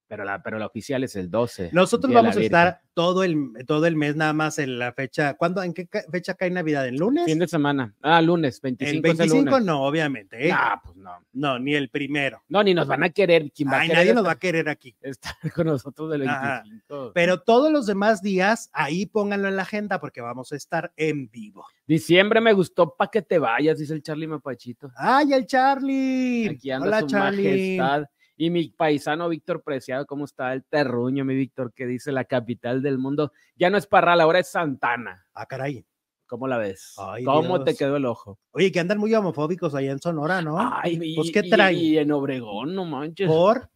Speaker 3: pero la, pero la oficial es el 12.
Speaker 1: Nosotros
Speaker 3: Día de la
Speaker 1: vamos a
Speaker 3: Virgen.
Speaker 1: estar todo el, todo el mes nada más en la fecha. ¿Cuándo? ¿En qué ca- fecha cae Navidad? ¿En lunes?
Speaker 3: Fin de semana. Ah, lunes,
Speaker 1: el
Speaker 3: 25, es el
Speaker 1: 25
Speaker 3: lunes.
Speaker 1: no, obviamente. ¿eh?
Speaker 3: Ah, pues no.
Speaker 1: No, ni el primero.
Speaker 3: No, ni nos van a querer. ¿Quién va a
Speaker 1: Ay,
Speaker 3: querer
Speaker 1: nadie nos
Speaker 3: estar-
Speaker 1: va a querer aquí.
Speaker 3: estar con nosotros del
Speaker 1: Ajá.
Speaker 3: 25?
Speaker 1: Pero todos los demás días, ahí pónganlo en la agenda porque vamos a estar en vivo.
Speaker 3: Diciembre me gustó pa' que te vayas, dice el Charlie Mapachito.
Speaker 1: ¡Ay, el Charlie!
Speaker 3: Aquí anda
Speaker 1: Hola,
Speaker 3: su
Speaker 1: Charlie.
Speaker 3: majestad. Y mi paisano Víctor Preciado, ¿cómo está el terruño, mi Víctor? Que dice la capital del mundo. Ya no es Parral, ahora es Santana.
Speaker 1: Ah, caray.
Speaker 3: ¿Cómo la ves?
Speaker 1: Ay,
Speaker 3: ¿Cómo
Speaker 1: Dios.
Speaker 3: te quedó el ojo?
Speaker 1: Oye, que andan muy homofóbicos allá en Sonora, ¿no?
Speaker 3: Ay, y-
Speaker 1: pues, ¿qué
Speaker 3: y-
Speaker 1: trae?
Speaker 3: Y, en Obregón, no manches.
Speaker 1: Por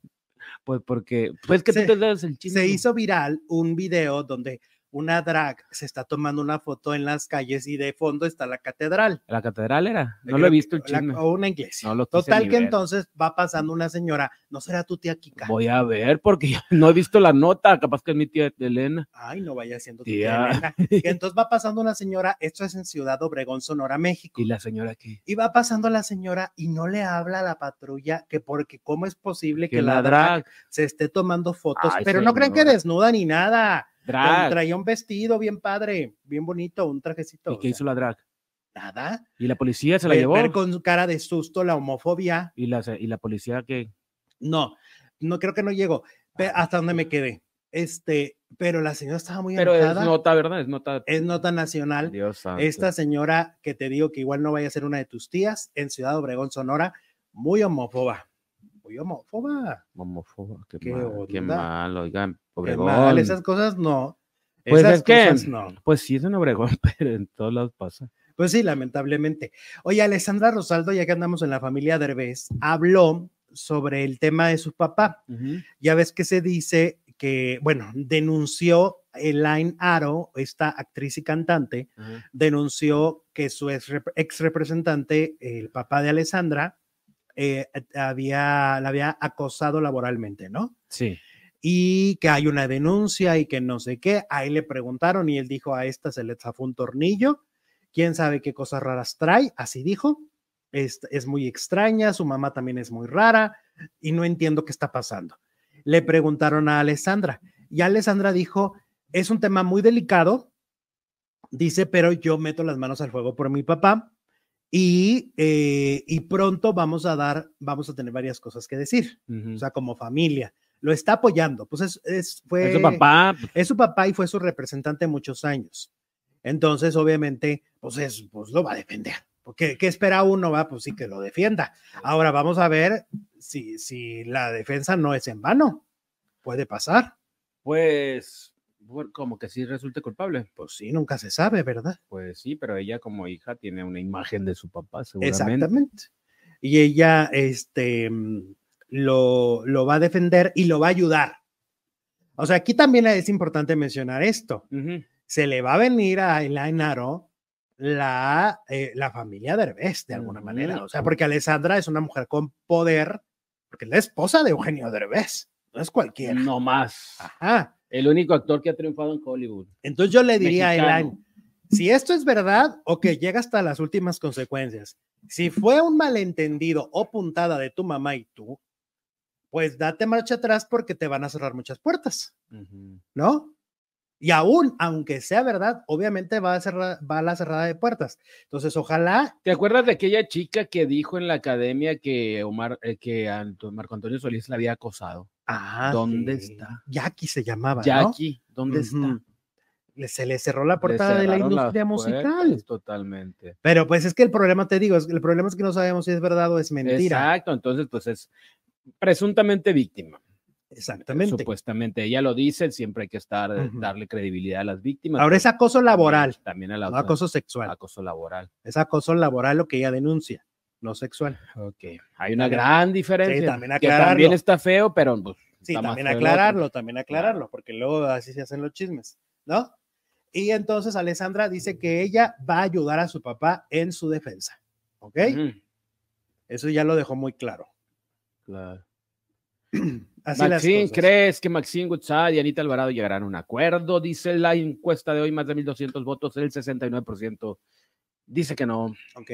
Speaker 3: Pues porque, pues que
Speaker 1: Se-
Speaker 3: tú te das el chisme.
Speaker 1: se hizo viral un video donde una drag se está tomando una foto en las calles y de fondo está la catedral.
Speaker 3: La catedral era. No
Speaker 1: Creo
Speaker 3: lo he visto el
Speaker 1: que- la-
Speaker 3: chisme.
Speaker 1: o una iglesia.
Speaker 3: No lo quise
Speaker 1: Total
Speaker 3: ni
Speaker 1: que
Speaker 3: ver.
Speaker 1: entonces va pasando una señora, ¿no será tu tía Kika?
Speaker 3: Voy a ver porque no he visto la nota. Capaz que es mi tía Elena.
Speaker 1: Ay, no vaya siendo tu
Speaker 3: Tía.
Speaker 1: tía. nena. Y entonces va pasando una señora, esto es en Ciudad Obregón, Sonora, México.
Speaker 3: Y la señora que.
Speaker 1: Y va pasando la señora y no le habla a la patrulla que porque cómo es posible que,
Speaker 3: Que
Speaker 1: la
Speaker 3: la
Speaker 1: drag
Speaker 3: drag.
Speaker 1: se esté tomando fotos,
Speaker 3: Ay,
Speaker 1: pero no crean que
Speaker 3: señora. Ah.
Speaker 1: desnuda ni nada. Tra-
Speaker 3: Drag.
Speaker 1: Traía un vestido bien padre, bien bonito, un trajecito.
Speaker 3: ¿Y qué
Speaker 1: o
Speaker 3: hizo la drag?
Speaker 1: sea, Nada.
Speaker 3: Y la policía se la
Speaker 1: Ver-
Speaker 3: llevó.
Speaker 1: ver con su cara de susto la homofobia.
Speaker 3: Y, la, y la policía que.
Speaker 1: No, no creo que no llegó. Ve
Speaker 3: Ah.
Speaker 1: Hasta donde me quedé. Este, pero la señora estaba muy
Speaker 3: Pero es
Speaker 1: enojada.
Speaker 3: nota, ¿verdad? Es nota.
Speaker 1: es nota nacional.
Speaker 3: Dios santo.
Speaker 1: Esta señora que te digo que igual no vaya a ser una de tus tías en Ciudad Obregón, Sonora, muy homófoba. Muy homófoba.
Speaker 3: Homofoba, qué,
Speaker 1: Qué
Speaker 3: mal, qué
Speaker 1: onda.
Speaker 3: mal, oigan,
Speaker 1: Qué
Speaker 3: Obregón.
Speaker 1: mal, esas cosas no.
Speaker 3: Pues
Speaker 1: esas
Speaker 3: es que-
Speaker 1: cosas no.
Speaker 3: Pues sí, es un Obregón, pero en todos lados pasa.
Speaker 1: Pues sí, lamentablemente. Oye, Alessandra Rosaldo, ya que andamos en la familia Derbez, habló sobre el tema de su papá. Ya ves que se dice que, bueno, denunció Elaine Aro, esta actriz y cantante,
Speaker 3: Ajá.
Speaker 1: denunció que su ex, ex representante, el papá de Alessandra, eh, había, la había acosado laboralmente, ¿no?
Speaker 3: Sí.
Speaker 1: Y que hay una denuncia y que no sé qué. Ahí le preguntaron y él dijo, a esta se le zafó un tornillo, quién sabe qué cosas raras trae, así dijo. Es, es muy extraña, su mamá también es muy rara y no entiendo qué está pasando. Le preguntaron a Alessandra y Alessandra dijo, es un tema muy delicado, dice, pero yo meto las manos al fuego por mi papá y, eh, y pronto vamos a dar, vamos a tener varias cosas que decir,
Speaker 3: Ujú.
Speaker 1: o sea, como familia. Lo está apoyando, pues es, es- fue...
Speaker 3: Es su papá,
Speaker 1: Es su papá y fue su representante muchos años. Entonces, obviamente, pues, es, pues lo va a defender. Porque, ¿Qué espera uno? Va, pues sí, que lo defienda. Ahora vamos a ver si, si la defensa no es en vano. Puede pasar.
Speaker 3: pues, bueno, como que sí resulte culpable.
Speaker 1: Pues sí, nunca se sabe, ¿verdad?
Speaker 3: Pues sí, pero ella como hija tiene una imagen de su papá, seguramente.
Speaker 1: Exactamente. Y ella este, mm, lo, lo va a defender y lo va a ayudar. O sea, aquí también es importante mencionar esto.
Speaker 3: Ujú.
Speaker 1: se le va a venir a Elaine Aro la, eh, la familia Derbez, de alguna
Speaker 3: Ujú.
Speaker 1: manera. O sea, porque Alessandra es una mujer con poder, porque es la esposa de Eugenio Derbez, no es cualquiera.
Speaker 3: No más.
Speaker 1: Ajá.
Speaker 3: El único actor que ha triunfado en Hollywood.
Speaker 1: Entonces yo le diría a
Speaker 3: Mexicano.
Speaker 1: Elaine, si esto es verdad, o que llega hasta las últimas consecuencias. Si fue un malentendido o puntada de tu mamá y tú, pues date marcha atrás porque te van a cerrar muchas puertas.
Speaker 3: Ujú.
Speaker 1: ¿no? Y aún, aunque sea verdad, obviamente va a, cerrar, va a la cerrada de puertas. Entonces, ojalá,
Speaker 3: ¿Te acuerdas de aquella chica que dijo en la academia que Omar, eh, que Anto- Marco Antonio Solís la había acosado?
Speaker 1: ah,
Speaker 3: ¿Dónde
Speaker 1: sí,
Speaker 3: está?
Speaker 1: Jackie se llamaba, ¿no?
Speaker 3: Jackie, ¿dónde
Speaker 1: Ujú.
Speaker 3: está?
Speaker 1: Le- Se le cerró la
Speaker 3: Le
Speaker 1: portada de la
Speaker 3: cerraron las
Speaker 1: industria musical.
Speaker 3: puertas Totalmente.
Speaker 1: Pero pues es que el problema, te digo, es, el problema es que no sabemos si es verdad o es mentira.
Speaker 3: Exacto, entonces pues es presuntamente víctima.
Speaker 1: Exactamente.
Speaker 3: Supuestamente, ella lo dice, siempre hay que estar, eh,
Speaker 1: Ujú.
Speaker 3: darle credibilidad a las víctimas.
Speaker 1: Ahora
Speaker 3: pero
Speaker 1: es acoso
Speaker 3: también-
Speaker 1: laboral,
Speaker 3: También a la
Speaker 1: no
Speaker 3: otra-
Speaker 1: acoso sexual.
Speaker 3: acoso laboral.
Speaker 1: Es acoso laboral lo que ella denuncia, no sexual.
Speaker 3: Ok, hay una
Speaker 1: También-
Speaker 3: gran diferencia.
Speaker 1: también
Speaker 3: que también
Speaker 1: aclararlo.
Speaker 3: está feo, pero pues,
Speaker 1: Sí,
Speaker 3: Está más
Speaker 1: también
Speaker 3: feo el otro.
Speaker 1: aclararlo, también aclararlo, porque luego así se hacen los chismes, ¿no? Y entonces Alessandra dice que ella va a ayudar a su papá en su defensa, ¿ok?
Speaker 3: ujú,
Speaker 1: Eso ya lo dejó muy claro.
Speaker 3: claro.
Speaker 1: Así las
Speaker 3: Maxine,
Speaker 1: cosas.
Speaker 3: ¿crees que Maxine Gutsad y Anita Alvarado llegarán a un acuerdo? Dice la encuesta de hoy, más de 1.200 votos, el 69% dice que no.
Speaker 1: Ok,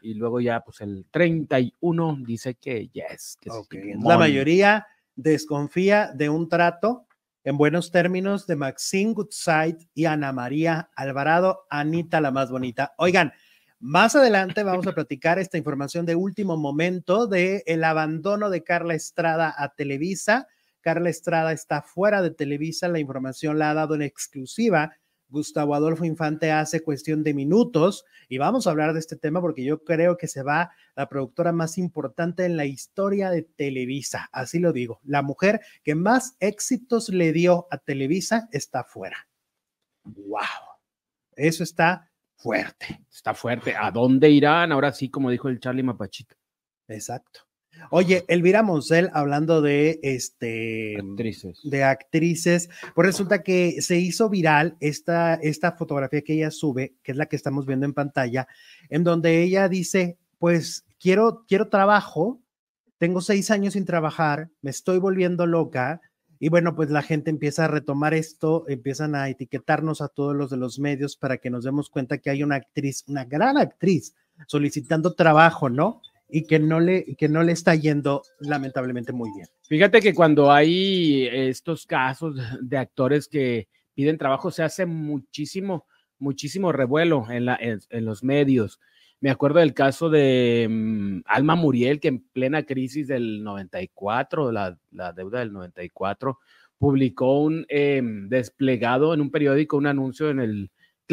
Speaker 3: Y luego ya, pues el 31 dice que yes. que sí,
Speaker 1: ok.
Speaker 3: que
Speaker 1: La
Speaker 3: mon.
Speaker 1: mayoría desconfía de un trato en buenos términos de Maxine Goodside y Ana María Alvarado, Anita la más bonita. Oigan, más adelante vamos a platicar esta información de último momento de el abandono de Carla Estrada a Televisa. Carla Estrada está fuera de Televisa, la información la ha dado en exclusiva Gustavo Adolfo Infante hace cuestión de minutos y vamos a hablar de este tema porque yo creo que se va la productora más importante en la historia de Televisa, así lo digo, la mujer que más éxitos le dio a Televisa está fuera. ¡Wow! Eso está fuerte.
Speaker 3: Está fuerte. ¿A dónde irán? Ahora sí, como dijo el Charlie Mapachito.
Speaker 1: Exacto. Oye, Elvira Moncel, hablando de este
Speaker 3: Actrices.
Speaker 1: de actrices, pues resulta que se hizo viral esta, esta fotografía que ella sube, que es la que estamos viendo en pantalla, en donde ella dice, pues quiero, quiero trabajo, tengo seis años sin trabajar, me estoy volviendo loca, y bueno, pues la gente empieza a retomar esto, empiezan a etiquetarnos a todos los de los medios para que nos demos cuenta que hay una actriz, una gran actriz, solicitando trabajo, ¿no? Y que no le, que no le está yendo lamentablemente muy bien.
Speaker 3: Fíjate que cuando hay estos casos de actores que piden trabajo, se hace muchísimo, muchísimo revuelo en, la, en, en los medios. Me acuerdo del caso de um, Alma Muriel, que en plena crisis del 94, la, la deuda del 94, publicó un eh, desplegado en un periódico, un anuncio en el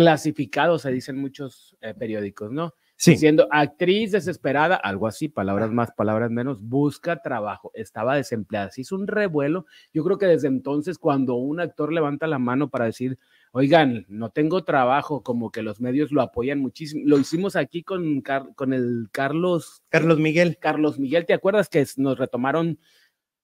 Speaker 3: clasificado, se dicen muchos eh, periódicos, ¿no?
Speaker 1: Sí.
Speaker 3: Diciendo actriz desesperada, algo así, palabras más, palabras menos, busca trabajo, estaba desempleada. Se hizo un revuelo. Yo creo que desde entonces, cuando un actor levanta la mano para decir, oigan, no tengo trabajo, como que los medios lo apoyan muchísimo. Lo hicimos aquí con, Car- con el Carlos,
Speaker 1: Carlos Miguel,
Speaker 3: Carlos Miguel, ¿te acuerdas que nos retomaron?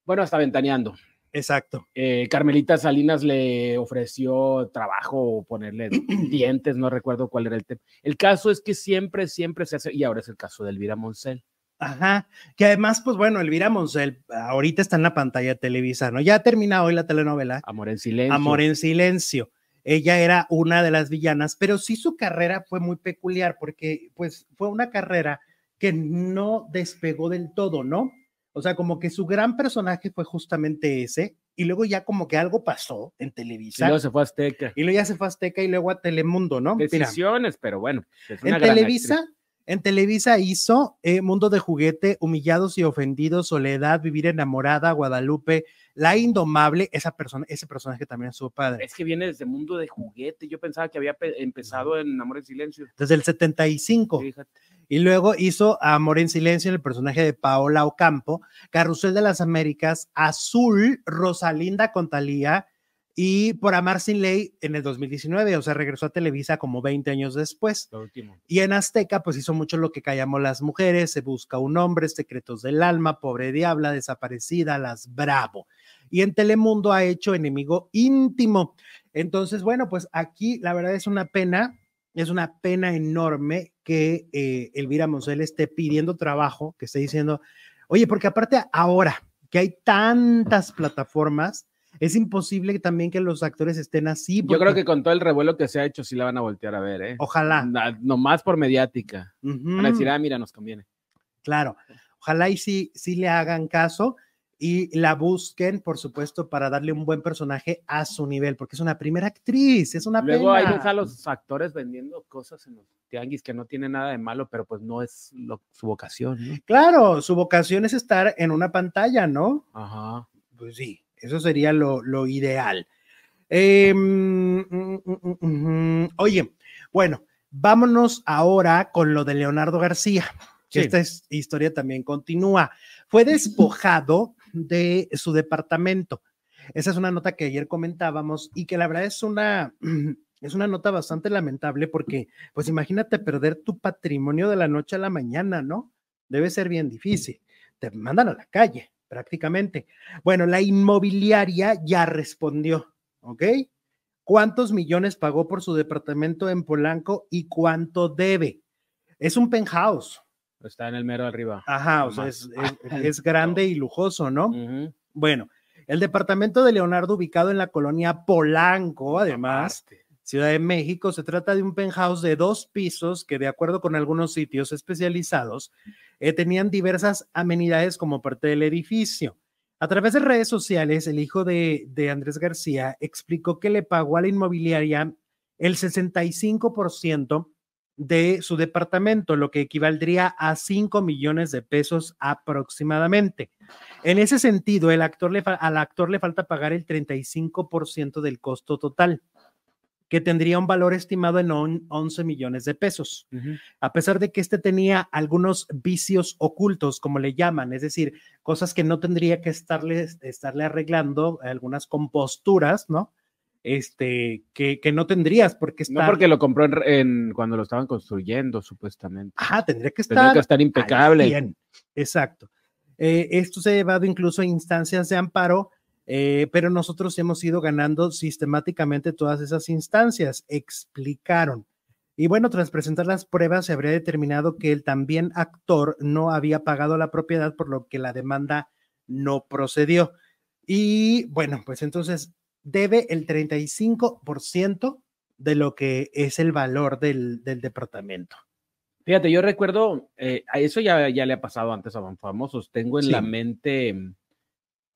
Speaker 3: Bueno, hasta ventaneando.
Speaker 1: exacto.
Speaker 3: Eh, Carmelita Salinas le ofreció trabajo, ponerle dientes, no recuerdo cuál era el tema. El caso es que siempre, siempre se hace, y ahora es el caso de Elvira Moncel.
Speaker 1: Ajá, que además, pues bueno, Elvira Moncel ahorita está en la pantalla de Televisa, ¿no? Ya ha terminado hoy la telenovela,
Speaker 3: Amor en silencio.
Speaker 1: Amor en Silencio. Ella era una de las villanas, pero sí su carrera fue muy peculiar porque pues fue una carrera que no despegó del todo, ¿no? O sea, como que su gran personaje fue justamente ese y luego ya como que algo pasó en
Speaker 3: Y
Speaker 1: Televisa
Speaker 3: luego se fue a Azteca.
Speaker 1: ya se fue a Azteca y luego a Telemundo, ¿no? Mira,
Speaker 3: Decisiones, pero bueno. es una
Speaker 1: en
Speaker 3: gran
Speaker 1: Televisa,
Speaker 3: actriz.
Speaker 1: en Televisa hizo eh, Mundo de Juguete, Humillados y Ofendidos, Soledad, Vivir Enamorada, Guadalupe, La Indomable, esa persona, ese personaje también estuvo padre.
Speaker 3: Es que viene desde mundo de juguete. Yo pensaba que había pe- empezado en Amor en silencio.
Speaker 1: Desde el 75.
Speaker 3: Fíjate.
Speaker 1: Y luego hizo Amor en Silencio, el personaje de Paola Ocampo, Carrusel de las Américas, Azul, Rosalinda con Thalía y Por Amar Sin Ley en el 2019. O sea, regresó a Televisa como 20 años después.
Speaker 3: Lo último.
Speaker 1: Y en Azteca, pues hizo mucho lo que callamos las mujeres, se busca un hombre, secretos del alma, pobre diabla, desaparecida, las bravo. Y en Telemundo ha hecho enemigo íntimo. Entonces, bueno, pues aquí la verdad es una pena, es una pena enorme que eh, Elvira Mosel esté pidiendo trabajo, que esté diciendo, oye, porque aparte ahora que hay tantas plataformas, es imposible también que los actores estén así.
Speaker 3: Yo creo
Speaker 1: porque-
Speaker 3: que con todo el revuelo que se ha hecho, sí la van a voltear a ver, ¿eh?
Speaker 1: Ojalá. Mm.
Speaker 3: Na- nomás por mediática. Van a
Speaker 1: Ujú.
Speaker 3: decir, ah, mira, nos conviene.
Speaker 1: Claro, ojalá y sí, sí le hagan caso y la busquen, por supuesto, para darle un buen personaje a su nivel, porque es una primera actriz, es una
Speaker 3: Luego ahí
Speaker 1: pena.
Speaker 3: ves a los actores vendiendo cosas en los tianguis que no tiene nada de malo, pero pues no es lo- su vocación, ¿no?
Speaker 1: Claro, su vocación es estar en una pantalla, ¿no?
Speaker 3: Ajá.
Speaker 1: Pues sí, eso sería lo, lo ideal. Eh, mm, mm, mm, mm, mm. Oye, bueno, vámonos ahora con lo de Leonardo García. que
Speaker 3: Sí.
Speaker 1: Esta es- historia también continúa. Fue despojado de su departamento. Esa es una nota que ayer comentábamos y que la verdad es una, es una nota bastante lamentable porque, pues imagínate perder tu patrimonio de la noche a la mañana, ¿no? Debe ser bien difícil. Te mandan a la calle prácticamente. Bueno, la inmobiliaria ya respondió, ¿ok? ¿Cuántos millones pagó por su departamento en Polanco y cuánto debe? Es un penthouse.
Speaker 3: Está en el mero arriba.
Speaker 1: Ajá, o sea,
Speaker 3: Nomás.
Speaker 1: es, es- es grande y lujoso, ¿no?
Speaker 3: Ujú.
Speaker 1: Bueno, el departamento de Leonardo, ubicado en la colonia Polanco, además,
Speaker 3: Aparte.
Speaker 1: Ciudad de México, se trata de un penthouse de dos pisos que, de acuerdo con algunos sitios especializados, eh, tenían diversas amenidades como parte del edificio. A través de redes sociales, el hijo de, de Andrés García explicó que le pagó a la inmobiliaria el 65% de su departamento, lo que equivaldría a 5 millones de pesos aproximadamente. En ese sentido, el actor le fa- al actor le falta pagar el 35% del costo total, que tendría un valor estimado en on- 11 millones de pesos
Speaker 3: Ujú.
Speaker 1: a pesar de que este tenía algunos vicios ocultos, como le llaman, es decir, cosas que no tendría que estarle, estarle arreglando, algunas composturas, ¿no? este, que, que no tendrías porque está.
Speaker 3: No porque lo compró en, en- cuando lo estaban construyendo, supuestamente.
Speaker 1: Ajá, tendría que
Speaker 3: Tendría
Speaker 1: estar.
Speaker 3: que estar
Speaker 1: al
Speaker 3: impecable.
Speaker 1: 100. Exacto. Eh, esto se ha llevado incluso a instancias de amparo, eh, pero nosotros hemos ido ganando sistemáticamente todas esas instancias, explicaron. Y bueno, tras presentar las pruebas, se habría determinado que el también actor no había pagado la propiedad, por lo que la demanda no procedió. Y bueno, pues entonces debe el 35% de lo que es el valor del, del departamento.
Speaker 3: Fíjate, yo recuerdo, eh, a eso ya, ya le ha pasado antes a famosos. Tengo en
Speaker 1: Sí.
Speaker 3: la mente mm,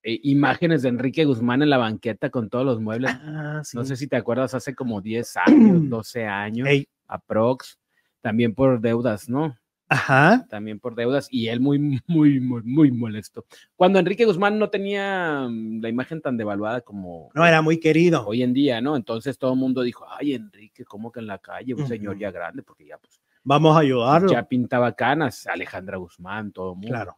Speaker 3: eh, imágenes de Enrique Guzmán en la banqueta con todos los muebles.
Speaker 1: Ah, sí.
Speaker 3: No sé si te acuerdas, hace como 10 años, 12 años,
Speaker 1: Ey,
Speaker 3: aprox, también por deudas, ¿no?
Speaker 1: ajá.
Speaker 3: También por deudas y él muy, muy, muy, muy molesto. Cuando Enrique Guzmán no tenía mm, la imagen tan devaluada como
Speaker 1: No, eh. era muy querido.
Speaker 3: hoy en día, ¿no? Entonces todo el mundo dijo, ay, Enrique, ¿cómo que en la calle? Un
Speaker 1: Ujú.
Speaker 3: señor ya grande, porque ya, pues,
Speaker 1: Vamos a ayudarlo.
Speaker 3: ya pintaba canas, Alejandra Guzmán, todo el mundo.
Speaker 1: claro.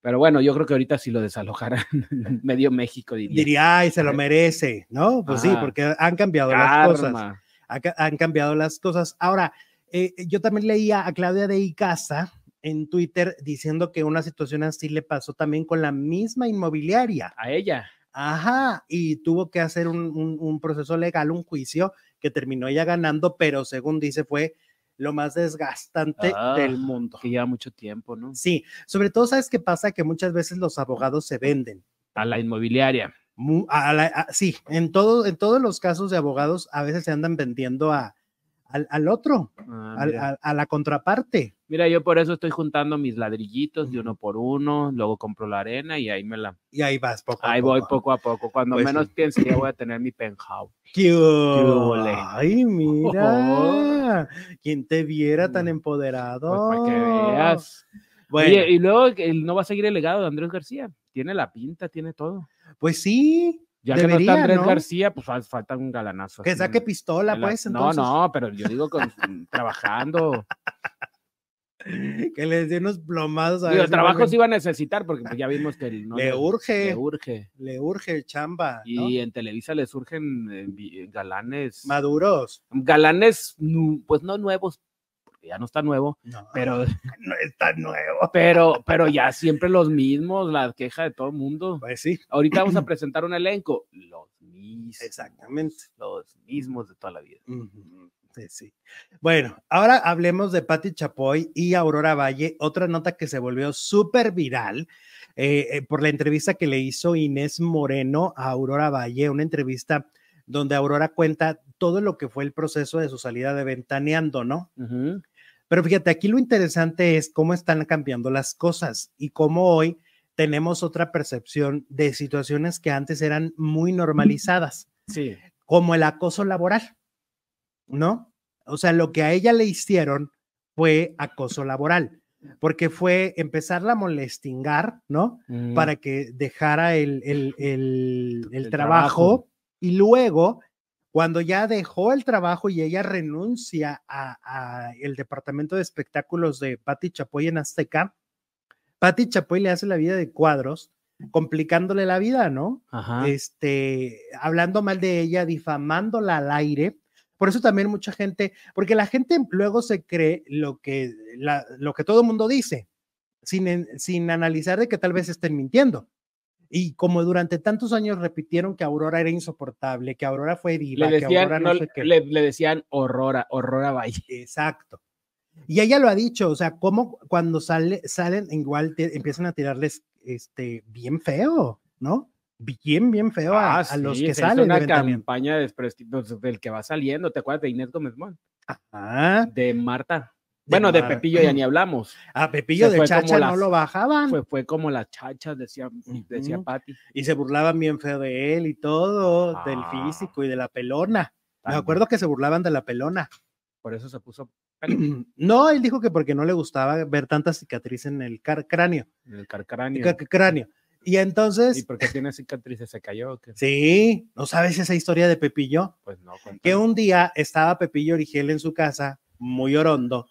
Speaker 3: Pero bueno, yo creo que ahorita si lo desalojaran, medio México diría,
Speaker 1: Diría, ay, se lo merece, ¿no? Pues sí,
Speaker 3: Ajá.
Speaker 1: porque han cambiado las cosas.
Speaker 3: "Karma".
Speaker 1: Ha ca- Han cambiado las cosas. Ahora, eh, yo también leía a Claudia de Icaza en Twitter diciendo que una situación así le pasó también con la misma inmobiliaria.
Speaker 3: a ella.
Speaker 1: Ajá, y tuvo que hacer un, un- un proceso legal, un juicio que terminó ella ganando, pero según dice fue lo más desgastante
Speaker 3: Ah,
Speaker 1: del mundo.
Speaker 3: Que lleva mucho tiempo, ¿no?
Speaker 1: Sí, sobre todo, ¿sabes qué pasa? Que muchas veces los abogados se venden.
Speaker 3: A la inmobiliaria.
Speaker 1: mu- a la- a- sí, en, todo, en todos los casos de abogados a veces se andan vendiendo a, al, al otro,
Speaker 3: Ah,
Speaker 1: al-
Speaker 3: mira.
Speaker 1: a, a la contraparte.
Speaker 3: Mira, yo por eso estoy juntando mis ladrillitos de uno por uno, luego compro la arena y ahí me la...
Speaker 1: Y ahí vas, Ah, poco a
Speaker 3: Ahí voy
Speaker 1: poco.
Speaker 3: poco a poco. Cuando
Speaker 1: Pues
Speaker 3: menos
Speaker 1: sí.
Speaker 3: piense ya voy a tener mi penthouse.
Speaker 1: ¡Qué
Speaker 3: ole!
Speaker 1: Ay, mira. Quien te viera tan
Speaker 3: Mm.
Speaker 1: empoderado.
Speaker 3: Pues, para que veas.
Speaker 1: Bueno,
Speaker 3: Oye, y luego que él no va a seguir el legado de Andrés García. Tiene la pinta, tiene todo.
Speaker 1: pues sí,
Speaker 3: Ya que no
Speaker 1: Debería,
Speaker 3: está Andrés
Speaker 1: ¿no?
Speaker 3: García, pues fal- falta un galanazo.
Speaker 1: que
Speaker 3: así
Speaker 1: saque
Speaker 3: en-
Speaker 1: pistola,
Speaker 3: en Pues, mm, la-
Speaker 1: pues.
Speaker 3: No,
Speaker 1: entonces,
Speaker 3: no, pero yo digo con, mm, trabajando.
Speaker 1: Que les dé unos plomados Pues, a
Speaker 3: Digo,
Speaker 1: ver si
Speaker 3: trabajo
Speaker 1: vuelven.
Speaker 3: sí va a necesitar porque pues, ya vimos que el- no
Speaker 1: Le urge.
Speaker 3: Le urge.
Speaker 1: Le urge chamba. ¿no?
Speaker 3: Y en Televisa le surgen eh, vi- galanes.
Speaker 1: Maduros.
Speaker 3: galanes, nu- pues no nuevos, porque ya no está nuevo,
Speaker 1: No,
Speaker 3: pero,
Speaker 1: no es tan nuevo.
Speaker 3: pero, pero ya siempre los mismos, la queja de todo el mundo.
Speaker 1: Pues sí,
Speaker 3: Ahorita vamos a presentar un elenco, los mismos,
Speaker 1: exactamente.
Speaker 3: los mismos de toda la vida.
Speaker 1: Ujú, Sí, sí. Bueno, ahora hablemos de Patti Chapoy y Aurora Valle, otra nota que se volvió súper viral eh, eh, por la entrevista que le hizo Inés Moreno a Aurora Valle, una entrevista donde Aurora cuenta todo lo que fue el proceso de su salida de Ventaneando, ¿no?
Speaker 3: Ujú.
Speaker 1: Pero fíjate, aquí lo interesante es cómo están cambiando las cosas y cómo hoy tenemos otra percepción de situaciones que antes eran muy normalizadas
Speaker 3: Sí,
Speaker 1: como el acoso laboral, ¿no? O sea, lo que a ella le hicieron fue acoso laboral, porque fue empezarla a molestingar, ¿no?
Speaker 3: Mm.
Speaker 1: Para que dejara el, el- el- el
Speaker 3: El
Speaker 1: trabajo.
Speaker 3: trabajo.
Speaker 1: y luego, cuando ya dejó el trabajo y ella renuncia a, a el departamento de espectáculos de Patti Chapoy en Azteca, Patti Chapoy le hace la vida de cuadros, complicándole la vida, ¿no?
Speaker 3: Ajá.
Speaker 1: este, hablando mal de ella, difamándola al aire. Por eso también mucha gente, porque la gente luego se cree lo que, la- lo que todo el mundo dice, sin, en- sin analizar de que tal vez estén mintiendo. Y como durante tantos años repitieron que Aurora era insoportable, que Aurora fue diva,
Speaker 3: Le
Speaker 1: que
Speaker 3: decían,
Speaker 1: Aurora no,
Speaker 3: no,
Speaker 1: sé qué.
Speaker 3: le, le decían horrora, horrora Valle.
Speaker 1: Exacto. Y ella lo ha dicho, o sea, como cuando sale, salen, igual te- empiezan a tirarles este, bien feo, ¿no? Bien, bien feo a,
Speaker 3: Ah,
Speaker 1: a los
Speaker 3: sí,
Speaker 1: que
Speaker 3: se hizo
Speaker 1: salen. de
Speaker 3: una
Speaker 1: Ventaneando.
Speaker 3: campaña de desprestigio pues, del que va saliendo, ¿te acuerdas de Inés Gómez Mont?
Speaker 1: Ajá.
Speaker 3: De Marta. bueno, de
Speaker 1: Mar-
Speaker 3: Pepillo ya ni hablamos.
Speaker 1: A Pepillo
Speaker 3: Se
Speaker 1: de
Speaker 3: fue como
Speaker 1: Chacha no
Speaker 3: las-
Speaker 1: lo bajaban
Speaker 3: Fue, fue como las chachas, decía, decía
Speaker 1: Ujú.
Speaker 3: Patti.
Speaker 1: y se burlaban bien feo de él y todo, del
Speaker 3: Ah.
Speaker 1: físico y de la pelona. Me
Speaker 3: También.
Speaker 1: acuerdo que se burlaban de la pelona.
Speaker 3: Por eso se puso
Speaker 1: No, él dijo que porque no le gustaba ver tanta cicatriz en el car- cráneo,
Speaker 3: en el carcráneo.
Speaker 1: cr- cráneo. Y
Speaker 3: ¿Y
Speaker 1: entonces,
Speaker 3: porque tiene cicatrices? ¿Se cayó? o qué?
Speaker 1: sí, ¿no sabes esa historia de Pepillo?
Speaker 3: Pues no.
Speaker 1: que
Speaker 3: cuéntame.
Speaker 1: un día estaba Pepillo Origel en su casa, muy orondo,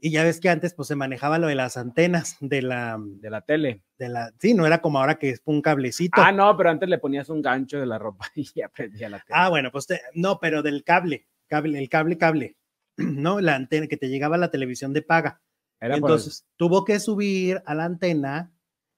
Speaker 1: Y ya ves que antes pues se manejaba lo de las antenas de la,
Speaker 3: de la tele.
Speaker 1: de la, sí, no era como ahora que es un cablecito.
Speaker 3: Ah, no, pero antes le ponías un gancho de la ropa y ya prendía la tele.
Speaker 1: Ah, bueno, pues te- no, pero del cable, cable, el cable, cable, ¿no? La antena que te llegaba a la televisión de paga.
Speaker 3: Era por-
Speaker 1: Entonces tuvo que subir a la antena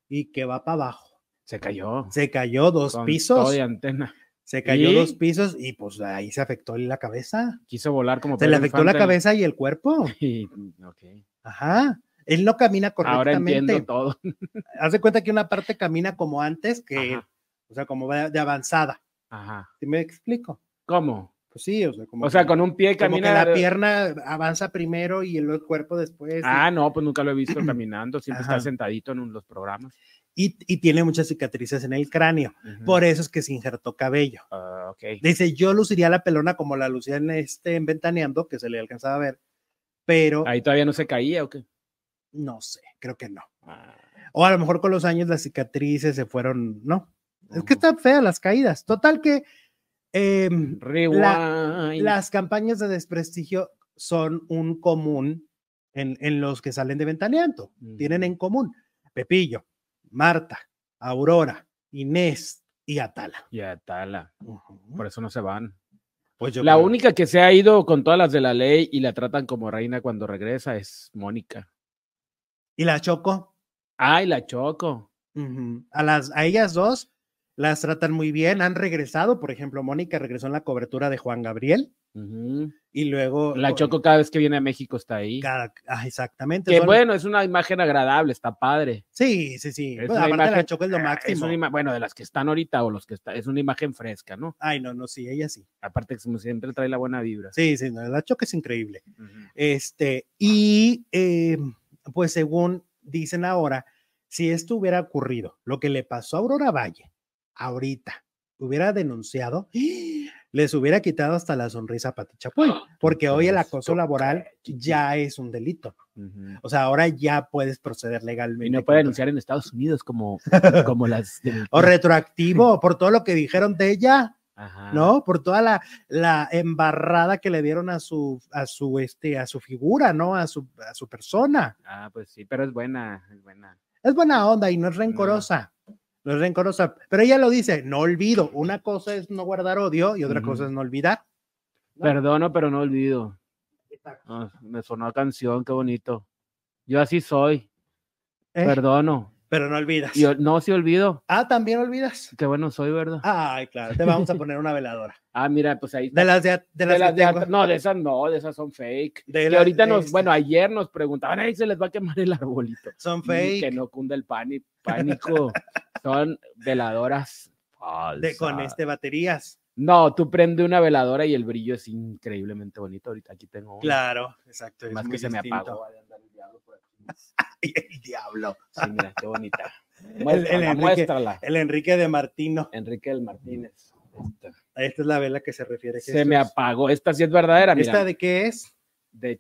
Speaker 1: y que va para abajo.
Speaker 3: se cayó.
Speaker 1: Se cayó dos
Speaker 3: Con todo
Speaker 1: pisos,
Speaker 3: de antena.
Speaker 1: se cayó
Speaker 3: ¿Y?
Speaker 1: dos pisos y pues ahí se afectó la cabeza.
Speaker 3: Quiso volar como
Speaker 1: Se le
Speaker 3: Pedro
Speaker 1: afectó la
Speaker 3: Infante.
Speaker 1: cabeza y el cuerpo.
Speaker 3: Y- mm, ok.
Speaker 1: Ajá. Él no camina
Speaker 3: Ahora entiendo
Speaker 1: correctamente.
Speaker 3: todo.
Speaker 1: Haz de cuenta que una parte camina como antes, que,
Speaker 3: Ajá,
Speaker 1: o sea, como va de avanzada.
Speaker 3: ajá.
Speaker 1: ¿Sí me explico?
Speaker 3: ¿Cómo?
Speaker 1: Pues sí, o sea, como
Speaker 3: O sea,
Speaker 1: que-
Speaker 3: con un pie
Speaker 1: Como
Speaker 3: camina.
Speaker 1: que la pierna avanza primero y el cuerpo después.
Speaker 3: Ah, no, pues nunca lo he visto caminando. Siempre
Speaker 1: Ajá.
Speaker 3: está sentadito en un- los programas.
Speaker 1: Y, y tiene muchas cicatrices en el cráneo.
Speaker 3: Ujú.
Speaker 1: Por eso es que se injertó cabello.
Speaker 3: Ah, ok.
Speaker 1: Dice, yo luciría la pelona como la lucía en este en Ventaneando, que se le alcanzaba a ver, pero
Speaker 3: Ahí todavía no se caía, ¿o qué?
Speaker 1: no sé, creo que no.
Speaker 3: Ah,
Speaker 1: O a lo mejor con los años las cicatrices se fueron, no. Es que
Speaker 3: ujú.
Speaker 1: están feas las caídas. Total que em,
Speaker 3: Rewind.
Speaker 1: las campañas de desprestigio son un común en, en los que salen de Ventaneando. Tienen
Speaker 3: Ujú.
Speaker 1: en común Pepillo, Marta, Aurora, Inés y Atala.
Speaker 3: Ya, tala.
Speaker 1: Ujú.
Speaker 3: Por eso no se van.
Speaker 1: Pues yo
Speaker 3: La
Speaker 1: creo-
Speaker 3: única que se ha ido con todas las de la ley y la tratan como reina cuando regresa es Mónica.
Speaker 1: Y la Choco.
Speaker 3: Ay, la choco.
Speaker 1: Ujú. a, las, a ellas dos las tratan muy bien, han regresado, por ejemplo, Mónica regresó en la cobertura de Juan Gabriel
Speaker 3: Ujú.
Speaker 1: y luego...
Speaker 3: La
Speaker 1: con-
Speaker 3: choco cada vez que viene a México está ahí.
Speaker 1: cada- ah, exactamente.
Speaker 3: Que
Speaker 1: son-
Speaker 3: bueno, es una imagen agradable, está padre.
Speaker 1: Sí, sí, sí.
Speaker 3: Es
Speaker 1: Bueno,
Speaker 3: una
Speaker 1: aparte la
Speaker 3: imagen- ah,
Speaker 1: Choco es lo
Speaker 3: Es
Speaker 1: máximo.
Speaker 3: una ima- bueno, de las que están ahorita o los que están, es una imagen fresca, ¿no?
Speaker 1: Ay, no, no, sí, ella sí.
Speaker 3: Aparte que como siempre trae la buena vibra.
Speaker 1: Sí, sí, no, la Choco es increíble.
Speaker 3: Ujú.
Speaker 1: Este, y eh, pues según dicen ahora, si esto hubiera ocurrido, lo que le pasó a Aurora Valle, ahorita, hubiera denunciado, les hubiera quitado hasta la sonrisa a Pati Chapoy,
Speaker 3: Ah,
Speaker 1: porque hoy el
Speaker 3: crees?
Speaker 1: acoso
Speaker 3: ¿Tú
Speaker 1: laboral
Speaker 3: crees, chiqui?
Speaker 1: ya es un delito.
Speaker 3: Ujú.
Speaker 1: O sea, ahora ya puedes proceder legalmente.
Speaker 3: Y no puede
Speaker 1: contra-
Speaker 3: denunciar en Estados Unidos como, como las... del-
Speaker 1: O retroactivo, por todo lo que dijeron de ella.
Speaker 3: Ajá.
Speaker 1: ¿no? Por toda la, la embarrada que le dieron a su, a su, este, a su figura, ¿no? A su, a su persona.
Speaker 3: Ah, pues sí, pero es buena, es buena.
Speaker 1: Es buena onda y no es rencorosa. No es rencorosa. Pero ella lo dice, no olvido. Una cosa es no guardar odio y otra
Speaker 3: Ujú.
Speaker 1: cosa es no olvidar. No.
Speaker 3: Perdono, pero no olvido. Ah, me sonó a canción, qué bonito. Yo así soy,
Speaker 1: ¿eh?
Speaker 3: perdono.
Speaker 1: Pero no olvidas.
Speaker 3: Y o- no, si olvido,
Speaker 1: Ah, también olvidas.
Speaker 3: qué bueno soy, ¿verdad? Ah,
Speaker 1: Ay, claro, te vamos a poner una veladora.
Speaker 3: mira, pues ahí está.
Speaker 1: De las de, a- de
Speaker 3: De
Speaker 1: las
Speaker 3: las
Speaker 1: que
Speaker 3: de
Speaker 1: tengo.
Speaker 3: at- no, de esas no, de esas son fake.
Speaker 1: De
Speaker 3: Y
Speaker 1: la-
Speaker 3: ahorita nos,
Speaker 1: este,
Speaker 3: bueno, ayer nos preguntaban, ahí se les va a quemar el arbolito.
Speaker 1: son
Speaker 3: Mm,
Speaker 1: fake.
Speaker 3: Que no cunda el pánico. pánico. son veladoras falsas.
Speaker 1: de, con este baterías.
Speaker 3: No, tú prende una veladora y el brillo es increíblemente bonito. Ahorita aquí tengo una.
Speaker 1: Claro, exacto. es
Speaker 3: Más que
Speaker 1: muy
Speaker 3: se me
Speaker 1: distinto.
Speaker 3: apagó.
Speaker 1: Ay, el diablo.
Speaker 3: Sí, mira, qué bonita.
Speaker 1: el
Speaker 3: Muéstrala,
Speaker 1: Enrique-
Speaker 3: muéstrala.
Speaker 1: El Enrique de Martino.
Speaker 3: Enrique del Martínez. Esta.
Speaker 1: Esta es la vela que se refiere.
Speaker 3: Se
Speaker 1: Jesús.
Speaker 3: me apagó. Esta sí es verdadera, mira.
Speaker 1: ¿Esta
Speaker 3: de...
Speaker 1: de qué es?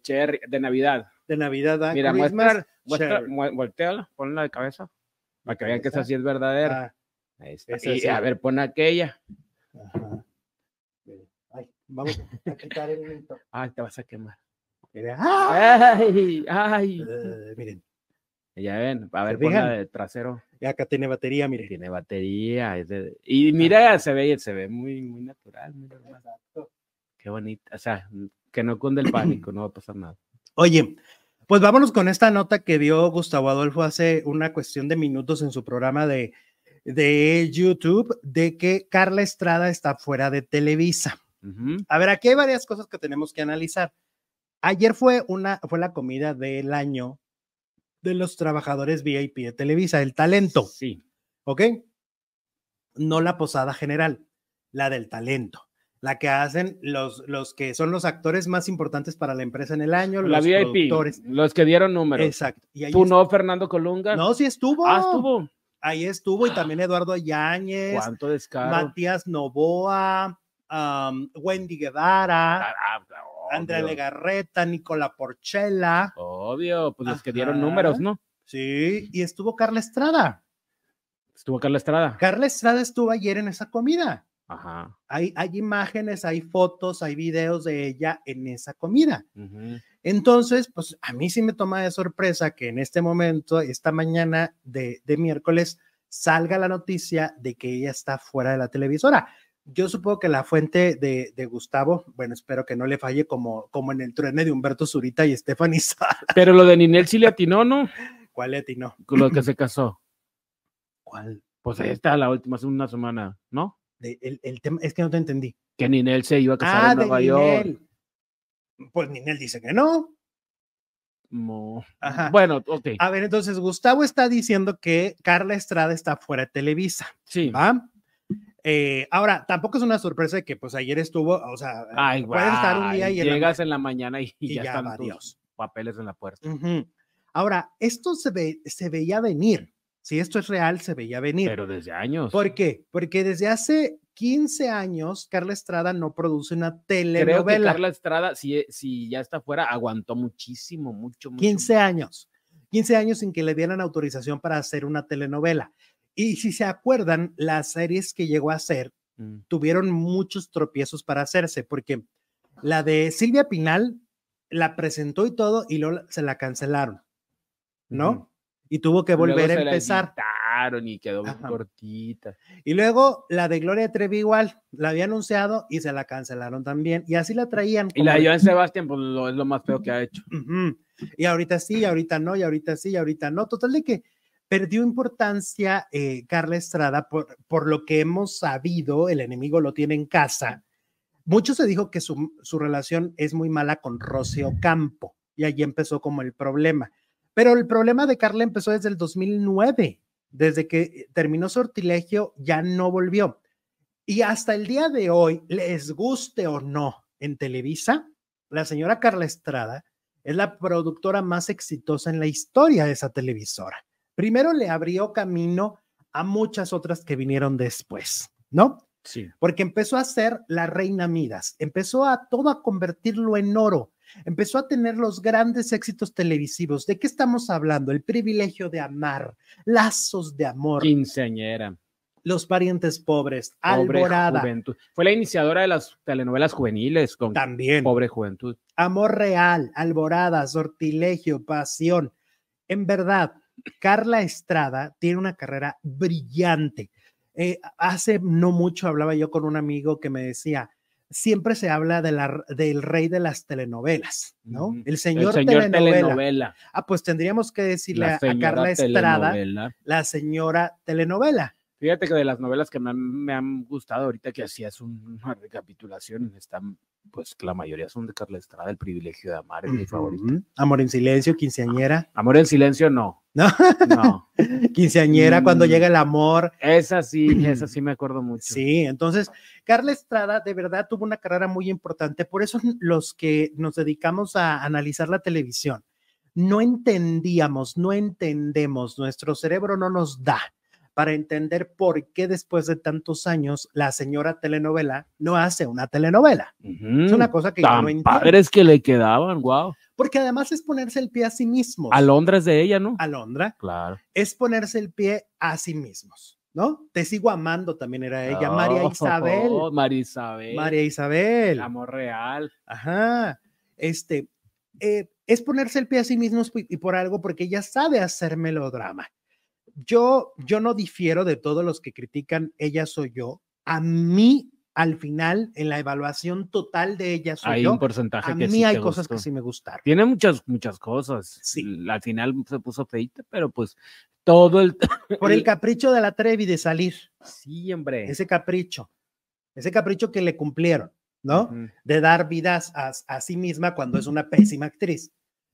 Speaker 3: cherry, de Navidad.
Speaker 1: De Navidad. ¿ah?
Speaker 3: Mira,
Speaker 1: Christmas
Speaker 3: muestra, muestra,
Speaker 1: Cherry.
Speaker 3: mu- volteala, ponla de cabeza. Para que vean que esa
Speaker 1: cabeza?
Speaker 3: sí es verdadera.
Speaker 1: Ah,
Speaker 3: Ahí está.
Speaker 1: esa
Speaker 3: Y
Speaker 1: sí.
Speaker 3: a ver, pon aquella.
Speaker 1: Ah, ajá. Mira, ay, vamos a quitar el mito.
Speaker 3: Ay, te vas a quemar.
Speaker 1: Mira, ¡ah!
Speaker 3: Ay, ay.
Speaker 1: Eh, miren,
Speaker 3: Ya ven, a ver,
Speaker 1: ¿Se
Speaker 3: ponla
Speaker 1: fijan?
Speaker 3: de trasero.
Speaker 1: y acá tiene batería, miren.
Speaker 3: Tiene batería. es de- Y mira, se ve, se ve muy, muy natural. muy normal. Qué bonita. O sea, que no cunde el pánico, no va a pasar nada.
Speaker 1: Oye, pues vámonos con esta nota que dio Gustavo Adolfo hace una cuestión de minutos en su programa de, de YouTube de que Carla Estrada está fuera de Televisa.
Speaker 3: Ujú.
Speaker 1: A ver, aquí hay varias cosas que tenemos que analizar. Ayer fue una, fue la comida del año de los trabajadores VIP de Televisa, el talento,
Speaker 3: Sí.
Speaker 1: ¿ok? No la posada general, la del talento, la que hacen los, los que son los actores más importantes para la empresa en el año,
Speaker 3: la
Speaker 1: los
Speaker 3: VIP,
Speaker 1: productores.
Speaker 3: los que dieron números.
Speaker 1: Exacto. Y ahí
Speaker 3: Tú
Speaker 1: es-
Speaker 3: no, Fernando Colunga.
Speaker 1: No, sí estuvo.
Speaker 3: Ah, estuvo.
Speaker 1: Ahí estuvo y también Eduardo Yáñez,
Speaker 3: ¿Cuánto descaro?
Speaker 1: Matías Novoa, am, Wendy Guevara.
Speaker 3: Ah, ah, obvio,
Speaker 1: Andrea Legarreta, Nicola Porchela,
Speaker 3: Obvio, pues los que dieron
Speaker 1: Ajá.
Speaker 3: números, ¿no?
Speaker 1: sí, y estuvo Carla Estrada.
Speaker 3: Estuvo Carla Estrada.
Speaker 1: Carla Estrada estuvo ayer en esa comida.
Speaker 3: Ajá.
Speaker 1: Hay, hay imágenes, hay fotos, hay videos de ella en esa comida.
Speaker 3: ujú.
Speaker 1: Entonces, pues a mí sí me toma de sorpresa que en este momento, esta mañana de, de miércoles, salga la noticia de que ella está fuera de la televisora. Yo supongo que la fuente de, de, Gustavo, bueno, espero que no le falle como, como en el truene de Humberto Zurita y Stephanie Sala.
Speaker 3: Pero lo de Ninel sí le atinó, ¿no?
Speaker 1: ¿Cuál le atinó?
Speaker 3: Con lo que se casó.
Speaker 1: ¿Cuál?
Speaker 3: Pues ahí está la última, hace una semana, ¿no?
Speaker 1: De, el, el tema, es que no te entendí.
Speaker 3: Que Ninel se iba a casar ah, en Nueva de York.
Speaker 1: Ninel. Pues Ninel dice que no.
Speaker 3: No. Bueno, ok.
Speaker 1: A ver, entonces Gustavo está diciendo que Carla Estrada está fuera de Televisa.
Speaker 3: Sí.
Speaker 1: ¿Va? Eh, ahora, tampoco es una sorpresa de que pues ayer estuvo, o sea,
Speaker 3: Ay, puedes guay, estar un día y llegas en la, mañana Ah, y, y ya, ya, están
Speaker 1: tus
Speaker 3: papeles en la puerta.
Speaker 1: Uh -huh. Ahora, esto se, ve, se veía venir. Si esto es real, se veía venir.
Speaker 3: Pero pues, desde años.
Speaker 1: ¿Por qué? Porque desde hace 15 años, Carla Estrada no produce una telenovela. Creo que
Speaker 3: Carla Estrada, si, e, si ya está fuera, aguantó muchísimo, mucho, mucho.
Speaker 1: 15 años. 15 años sin que le dieran autorización para hacer una telenovela. Y si se acuerdan, las series que llegó a hacer mm. tuvieron muchos tropiezos para hacerse, porque la de Silvia Pinal la presentó y todo, y luego se la cancelaron, ¿no? Mm. Y tuvo que volver a empezar.
Speaker 3: y quedó muy cortita.
Speaker 1: Y luego la de Gloria Trevi igual, la había anunciado y se la cancelaron también. Y así la traían.
Speaker 3: Y la de Joan Sebastián, pues lo, es lo más feo que ha hecho.
Speaker 1: Uh -huh. Y ahorita sí, y ahorita no, y ahorita sí, y ahorita no. Total de que perdió importancia eh, Carla Estrada por, por lo que hemos sabido, el enemigo lo tiene en casa. Mucho se dijo que su, su relación es muy mala con Rocío Campo y allí empezó como el problema. Pero el problema de Carla empezó desde el 2009, desde que terminó sortilegio ya no volvió. Y hasta el día de hoy, les guste o no, en Televisa, la señora Carla Estrada es la productora más exitosa en la historia de esa televisora primero le abrió camino a muchas otras que vinieron después, ¿no?
Speaker 3: Sí.
Speaker 1: Porque empezó a ser la reina Midas, empezó a todo a convertirlo en oro, empezó a tener los grandes éxitos televisivos. ¿De qué estamos hablando? El privilegio de amar, lazos de amor.
Speaker 3: Quinceañera.
Speaker 1: Los parientes pobres, Pobre Alborada.
Speaker 3: Juventud. Fue la iniciadora de las telenovelas juveniles con
Speaker 1: También.
Speaker 3: Pobre Juventud.
Speaker 1: Amor real, Alborada, Sortilegio, Pasión. En verdad, Carla Estrada tiene una carrera brillante. Eh, hace no mucho hablaba yo con un amigo que me decía, siempre se habla de la, del rey de las telenovelas, ¿no? El señor,
Speaker 3: El señor
Speaker 1: telenovela.
Speaker 3: telenovela.
Speaker 1: Ah, pues tendríamos que decirle a Carla Estrada, telenovela. la señora telenovela.
Speaker 3: Fíjate que de las novelas que me han, me han gustado ahorita que hacías una recapitulación, están pues la mayoría son de Carla Estrada, El privilegio de amar es mi favorito. Uh -huh.
Speaker 1: Amor en silencio, quinceañera.
Speaker 3: Amor en silencio, no.
Speaker 1: No.
Speaker 3: no.
Speaker 1: quinceañera, mm. cuando llega el amor.
Speaker 3: Esa sí, esa sí me acuerdo mucho.
Speaker 1: Sí, entonces, Carla Estrada de verdad tuvo una carrera muy importante. Por eso los que nos dedicamos a analizar la televisión, no entendíamos, no entendemos, nuestro cerebro no nos da para entender por qué después de tantos años la señora telenovela no hace una telenovela. Uh
Speaker 3: -huh.
Speaker 1: Es una cosa que
Speaker 3: Mm, Tan
Speaker 1: yo no entiendo.
Speaker 3: padres que le quedaban, wow.
Speaker 1: Porque además es ponerse el pie a sí mismos.
Speaker 3: Alondra es de ella, ¿no?
Speaker 1: Alondra.
Speaker 3: Claro.
Speaker 1: Es ponerse el pie a sí mismos, ¿no? Te sigo amando también era ella. Oh, María Isabel.
Speaker 3: Oh, María Isabel.
Speaker 1: María Isabel.
Speaker 3: Amor real.
Speaker 1: Ajá. Este, eh, es ponerse el pie a sí mismos y por algo porque ella sabe hacer melodrama yo, yo no difiero de todos los que critican ella soy yo. A mí, al final, en la evaluación total de ella soy
Speaker 3: hay
Speaker 1: yo.
Speaker 3: un porcentaje
Speaker 1: a
Speaker 3: que
Speaker 1: mí
Speaker 3: sí
Speaker 1: hay
Speaker 3: te
Speaker 1: cosas
Speaker 3: gustó.
Speaker 1: que sí me gustaron.
Speaker 3: Tiene muchas, muchas cosas.
Speaker 1: Sí.
Speaker 3: Al final se puso feita, pero pues todo el.
Speaker 1: Por el capricho de la Trevi de salir.
Speaker 3: Sí, hombre.
Speaker 1: Ese capricho. Ese capricho que le cumplieron, ¿no? Uh -huh. De dar vidas a, a sí misma cuando es una pésima actriz.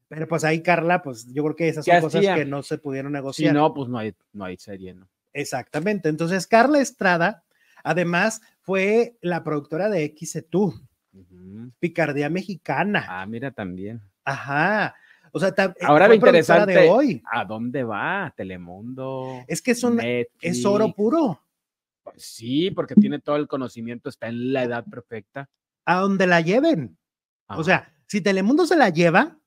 Speaker 1: Pero pues ahí, Carla, pues yo creo que esas son cosas
Speaker 3: hacía?
Speaker 1: que no se pudieron
Speaker 3: Si
Speaker 1: negociar.
Speaker 3: no, pues no hay, no hay serie, ¿no?
Speaker 1: Exactamente. Entonces, Carla Estrada, además, fue la productora de XETU,
Speaker 3: Ujú.
Speaker 1: Picardía Mexicana.
Speaker 3: Ah, mira también.
Speaker 1: Ajá. O sea, ta- eh,
Speaker 3: Ahora lo
Speaker 1: fue productora
Speaker 3: interesante.
Speaker 1: de hoy.
Speaker 3: ¿A dónde va? Telemundo.
Speaker 1: Es que es, un,
Speaker 3: Netflix.
Speaker 1: es oro puro.
Speaker 3: Pues Sí, porque tiene todo el conocimiento, está en la edad perfecta.
Speaker 1: A donde la lleven.
Speaker 3: Ajá.
Speaker 1: O sea, si Telemundo se la lleva,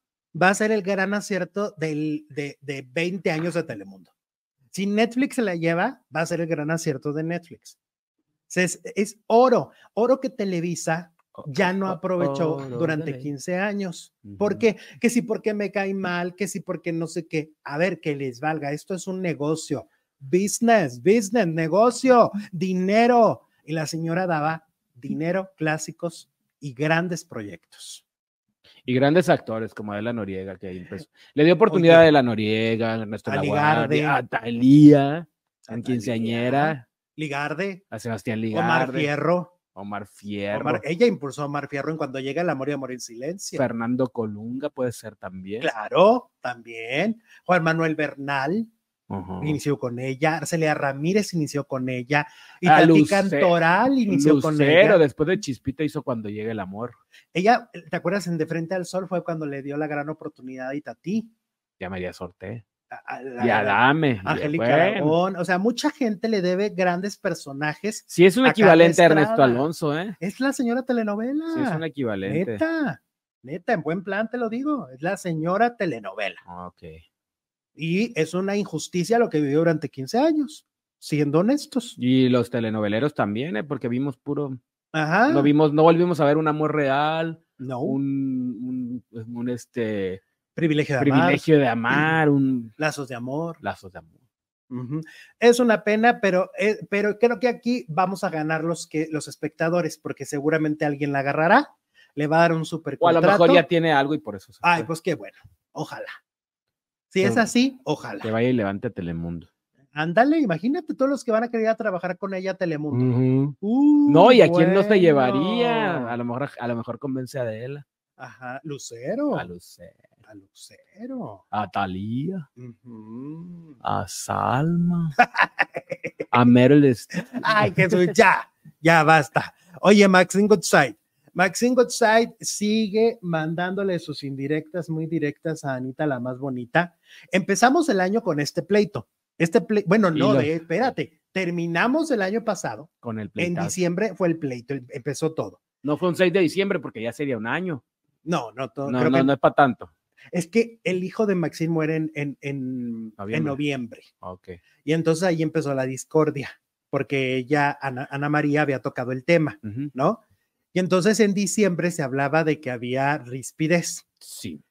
Speaker 1: va a ser el gran acierto del, de, de 20 años de Telemundo. Si Netflix se la lleva, va a ser el gran acierto de Netflix. O sea, Es, es oro, oro que Televisa ya no aprovechó
Speaker 3: Oh, no,
Speaker 1: durante
Speaker 3: dale.
Speaker 1: 15 años.
Speaker 3: Ujú.
Speaker 1: ¿Por qué? Que sí porque me cae mal, que sí porque no sé qué. A ver, que les valga. Esto es un negocio. Business, business, negocio, dinero. Y la señora daba dinero, clásicos y grandes proyectos.
Speaker 3: Y grandes actores como Adela Noriega, que ahí empezó. Le dio oportunidad a Adela Noriega, a Ernesto
Speaker 1: A
Speaker 3: Laguardia,
Speaker 1: Ligarde.
Speaker 3: a Talía, en
Speaker 1: Talía.
Speaker 3: quinceañera,
Speaker 1: Ligarde,
Speaker 3: a Sebastián
Speaker 1: Omar
Speaker 3: Ligarde,
Speaker 1: Fierro.
Speaker 3: Omar Fierro,
Speaker 1: Omar- ella impulsó a Omar Fierro en cuando llega el amor y a morir en silencio.
Speaker 3: Fernando Colunga puede ser también.
Speaker 1: Claro, también. Juan Manuel Bernal
Speaker 3: Ujú.
Speaker 1: inició con ella. Arcelia Ramírez inició con ella. Y
Speaker 3: Ah,
Speaker 1: Tati
Speaker 3: Luce-
Speaker 1: Cantoral inició con
Speaker 3: Lucero,
Speaker 1: ella.
Speaker 3: después de Chispita hizo Cuando Llega el Amor.
Speaker 1: Ella, eh, ¿te acuerdas? En De Frente al Sol fue cuando le dio la gran oportunidad a Itatí.
Speaker 3: Ya María Sorté.
Speaker 1: a- a la-
Speaker 3: Y Adame. y-
Speaker 1: Angélica
Speaker 3: bueno,
Speaker 1: Aragón. O sea, mucha gente le debe grandes personajes.
Speaker 3: Sí, es un
Speaker 1: a Carla
Speaker 3: equivalente a Ernesto
Speaker 1: Estrada.
Speaker 3: Alonso, ¿eh?
Speaker 1: Es la señora telenovela.
Speaker 3: Sí, es un equivalente.
Speaker 1: neta, neta, en buen plan te lo digo. Es la señora telenovela.
Speaker 3: Ah, Ok.
Speaker 1: Y es una injusticia lo que vivió durante 15 años, siendo honestos.
Speaker 3: Y los telenoveleros también, ¿eh? Porque vimos puro.
Speaker 1: Ajá.
Speaker 3: No vimos, no volvimos a ver un amor real,
Speaker 1: No,
Speaker 3: un, un, un, este
Speaker 1: privilegio Oh. de amar,
Speaker 3: privilegio de amar, un
Speaker 1: lazos de amor.
Speaker 3: lazos de amor.
Speaker 1: Ujú. Es una pena, pero, eh, pero creo que aquí vamos a ganar los, que, los espectadores, porque seguramente alguien la agarrará, le va a dar un super
Speaker 3: O a lo
Speaker 1: contrato.
Speaker 3: mejor ya tiene algo y por eso se
Speaker 1: Ay,
Speaker 3: fue.
Speaker 1: pues qué bueno, ojalá. Si
Speaker 3: Qué
Speaker 1: es
Speaker 3: bueno.
Speaker 1: así, ojalá.
Speaker 3: que vaya y levante a Telemundo.
Speaker 1: Ándale, imagínate todos los que van a querer ir a trabajar con ella a Telemundo. Uy,
Speaker 3: Mm. No, y a quién no se
Speaker 1: bueno.
Speaker 3: llevaría. A lo mejor, a lo mejor convence a Adela,
Speaker 1: Ajá, Lucero.
Speaker 3: a
Speaker 1: A,
Speaker 3: Lucero,
Speaker 1: Lucero.
Speaker 3: a Talía,
Speaker 1: Ujú.
Speaker 3: a Salma, a Meryl Streep.
Speaker 1: Ay, Jesús, ya, ya basta. Oye, Maxine Goodside. Maxine Goodside sigue mandándole sus indirectas, muy directas a Anita, la más bonita. Empezamos el año con este pleito. Este ple- bueno,
Speaker 3: Y
Speaker 1: no,
Speaker 3: lo-
Speaker 1: de- espérate. Terminamos el año pasado.
Speaker 3: con el
Speaker 1: En
Speaker 3: pleitazo.
Speaker 1: diciembre fue el pleito, em- empezó todo.
Speaker 3: No fue un 6 de diciembre porque ya sería un año.
Speaker 1: No, no, todo,
Speaker 3: No,
Speaker 1: creo
Speaker 3: no,
Speaker 1: que-
Speaker 3: no es para tanto.
Speaker 1: es que el hijo de Maxine muere en, en, en- en noviembre.
Speaker 3: Noviembre. Ok.
Speaker 1: Y entonces ahí empezó la discordia, porque ella, Ana- Ana María, había tocado el tema.
Speaker 3: Ujú.
Speaker 1: ¿no? Y entonces en diciembre se hablaba de que había rispidez,
Speaker 3: Sí.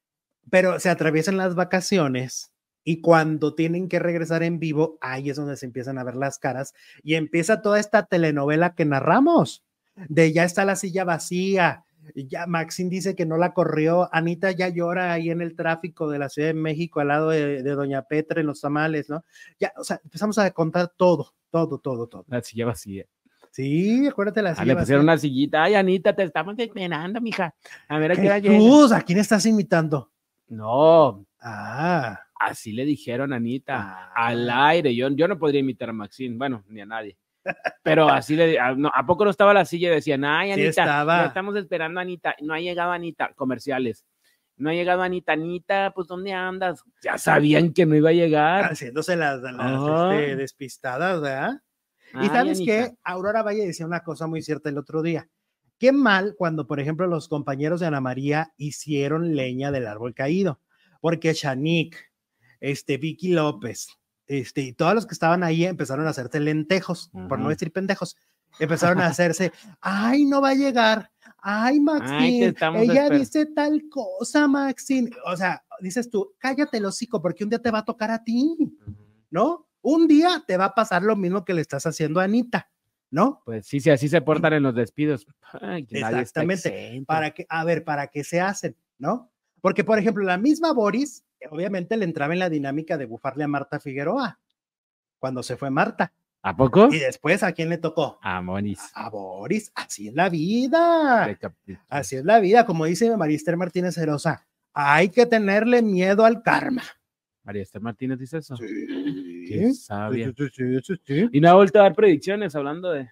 Speaker 1: pero se atraviesan las vacaciones y cuando tienen que regresar en vivo, ahí es donde se empiezan a ver las caras y empieza toda esta telenovela que narramos, de ya está la silla vacía. y Ya Maxine dice que no la corrió, Anita ya llora ahí en el tráfico de la Ciudad de México al lado de, de Doña Petra en los tamales, ¿no? Ya, o sea, empezamos a contar todo, todo, todo, todo.
Speaker 3: La silla vacía.
Speaker 1: Sí, acuérdate de la
Speaker 3: Ah,
Speaker 1: silla
Speaker 3: le
Speaker 1: vacía.
Speaker 3: pusieron una sillita. Ay, Anita, te estamos esperando, mija. A ver, ¿a qué hora llegas?
Speaker 1: Jesús, ¿a quién estás imitando?
Speaker 3: No,
Speaker 1: Ah,
Speaker 3: así le dijeron a Anita.
Speaker 1: Ah.
Speaker 3: Al aire. Yo, yo no podría imitar a Maxine. Bueno, ni a nadie. Pero así le. a- no, ¿A poco no estaba la silla? y Decían, ay,
Speaker 1: Sí
Speaker 3: Anita.
Speaker 1: estaba.
Speaker 3: ya estamos esperando a Anita. No ha llegado Anita. Comerciales. No ha llegado Anita. Anita, pues, ¿dónde andas? Ya sabían que no iba a llegar.
Speaker 1: haciéndose las, las,
Speaker 3: Ajá.
Speaker 1: este, despistadas, ¿verdad?
Speaker 3: Ay,
Speaker 1: y sabes
Speaker 3: Anita.
Speaker 1: que Aurora Valle decía una cosa muy cierta el otro día. Qué mal cuando, por ejemplo, los compañeros de Ana María hicieron leña del árbol caído, porque Shanique, este, Vicky López, este, y todos los que estaban ahí empezaron a hacerse lentejos, por no
Speaker 3: Ujú.
Speaker 1: decir pendejos. Empezaron a hacerse, ay, no va a llegar, ay, Maxine,
Speaker 3: estamos
Speaker 1: ella
Speaker 3: esper-
Speaker 1: dice tal cosa, Maxine. O sea, dices tú, cállate el hocico, porque un día te va a tocar a ti. ¿no? Un día te va a pasar lo mismo que le estás haciendo a Anita, ¿no?
Speaker 3: Pues sí, sí, así se portan en los despidos. Ay, que nadie está
Speaker 1: Exactamente,
Speaker 3: exento.
Speaker 1: Para que, a ver, para que se hacen, ¿no? Porque, por ejemplo, la misma Boris, eh, obviamente le entraba en la dinámica de bufarle a Marta Figueroa cuando se fue Marta.
Speaker 3: ¿A poco? Ah,
Speaker 1: Y después, ¿a quién le tocó?
Speaker 3: A Monis.
Speaker 1: A Boris, así es la vida.
Speaker 3: de Capi-
Speaker 1: Así es la vida, como dice Marister Martínez Herosa, hay que tenerle miedo al karma.
Speaker 3: María Esther Martínez dice eso. Qué
Speaker 1: Sí,
Speaker 3: sabia.
Speaker 1: sí, sí, sí, sí.
Speaker 3: Y no ha vuelto a dar predicciones hablando de.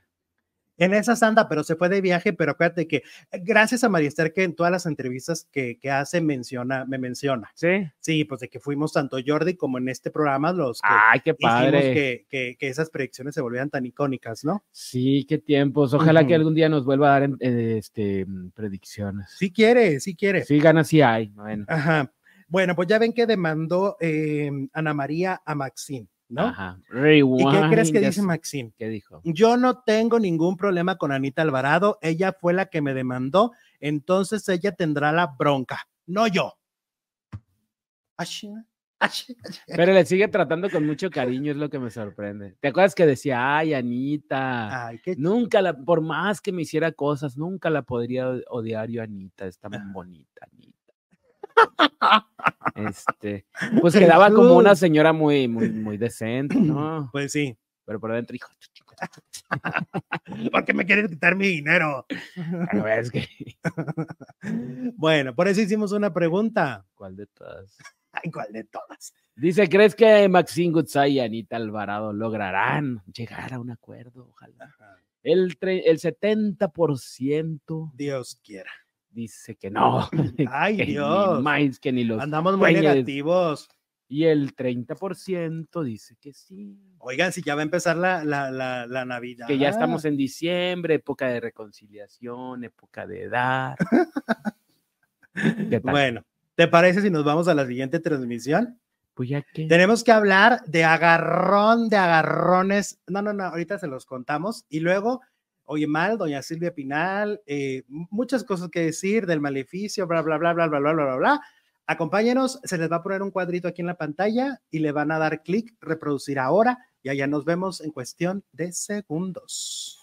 Speaker 1: En esa anda, pero se fue de viaje, pero acuérdate que eh, gracias a María Esther que en todas las entrevistas que, que hace menciona, me menciona.
Speaker 3: Sí.
Speaker 1: Sí, pues de que fuimos tanto Jordi como en este programa los que
Speaker 3: Ay, Ah, qué
Speaker 1: hicimos
Speaker 3: padre.
Speaker 1: que, que- que esas predicciones se volvieran tan icónicas, ¿no?
Speaker 3: Sí, qué tiempos. Ojalá que
Speaker 1: Ujú.
Speaker 3: algún día nos vuelva a dar en- eh, este, mm, predicciones.
Speaker 1: Sí quiere, sí quiere.
Speaker 3: Sí, ganas sí hay. Bueno,
Speaker 1: Ajá. Bueno, pues ya ven que demandó eh, Ana em, María a Maxine, ¿no?
Speaker 3: Ajá.
Speaker 1: ¿Y qué crees que
Speaker 3: Rewind,
Speaker 1: dice
Speaker 3: yes.
Speaker 1: Maxim?
Speaker 3: ¿Qué dijo?
Speaker 1: Yo no tengo ningún problema con Anita Alvarado, ella fue la que me demandó, entonces ella tendrá la bronca, no yo. Ashi, ashi, ashi.
Speaker 3: Pero le sigue tratando con mucho cariño, es lo que me sorprende. ¿Te acuerdas que decía, ay, Anita?
Speaker 1: Ay, qué
Speaker 3: Nunca la, por más que me hiciera cosas, nunca la podría o- odiar yo, Anita. Es
Speaker 1: Ah.
Speaker 3: tan bonita, Anita. Este, pues quedaba como una
Speaker 1: Jesús.
Speaker 3: señora muy, muy, muy decente, ¿no?
Speaker 1: pues sí,
Speaker 3: Pero por adentro, hijo, tu chico,
Speaker 1: porque me quieren quitar mi dinero.
Speaker 3: no ves que.
Speaker 1: Bueno, por eso hicimos una pregunta.
Speaker 3: ¿Cuál de todas?
Speaker 1: Ay, ¿cuál de todas?
Speaker 3: Dice, ¿crees que Maxine Gutsai y Anita Alvarado lograrán llegar a un acuerdo? Ojalá. El, tre- el 70%
Speaker 1: Dios quiera.
Speaker 3: dice que no.
Speaker 1: Ay,
Speaker 3: que ni
Speaker 1: Dios.
Speaker 3: más, que ni los
Speaker 1: Andamos muy
Speaker 3: sueñes.
Speaker 1: negativos.
Speaker 3: Y el 30% dice que sí.
Speaker 1: Oigan, si ya va a empezar la, la, la, la Navidad.
Speaker 3: Que ya estamos en diciembre, época de reconciliación, época de edad. ¿Qué tal?
Speaker 1: Bueno, ¿te parece si nos vamos a la siguiente transmisión?
Speaker 3: Pues ya que.
Speaker 1: Tenemos que hablar de agarrón, de agarrones. No, no, no, ahorita se los contamos. Y luego, oye, mal, doña Silvia Pinal, eh, m- muchas cosas que decir del maleficio, bla, bla, bla, bla, bla, bla, bla, bla, bla. Acompáñenos, se les va a poner un cuadrito aquí en la pantalla y le van a dar clic, reproducir ahora y allá nos vemos en cuestión de segundos.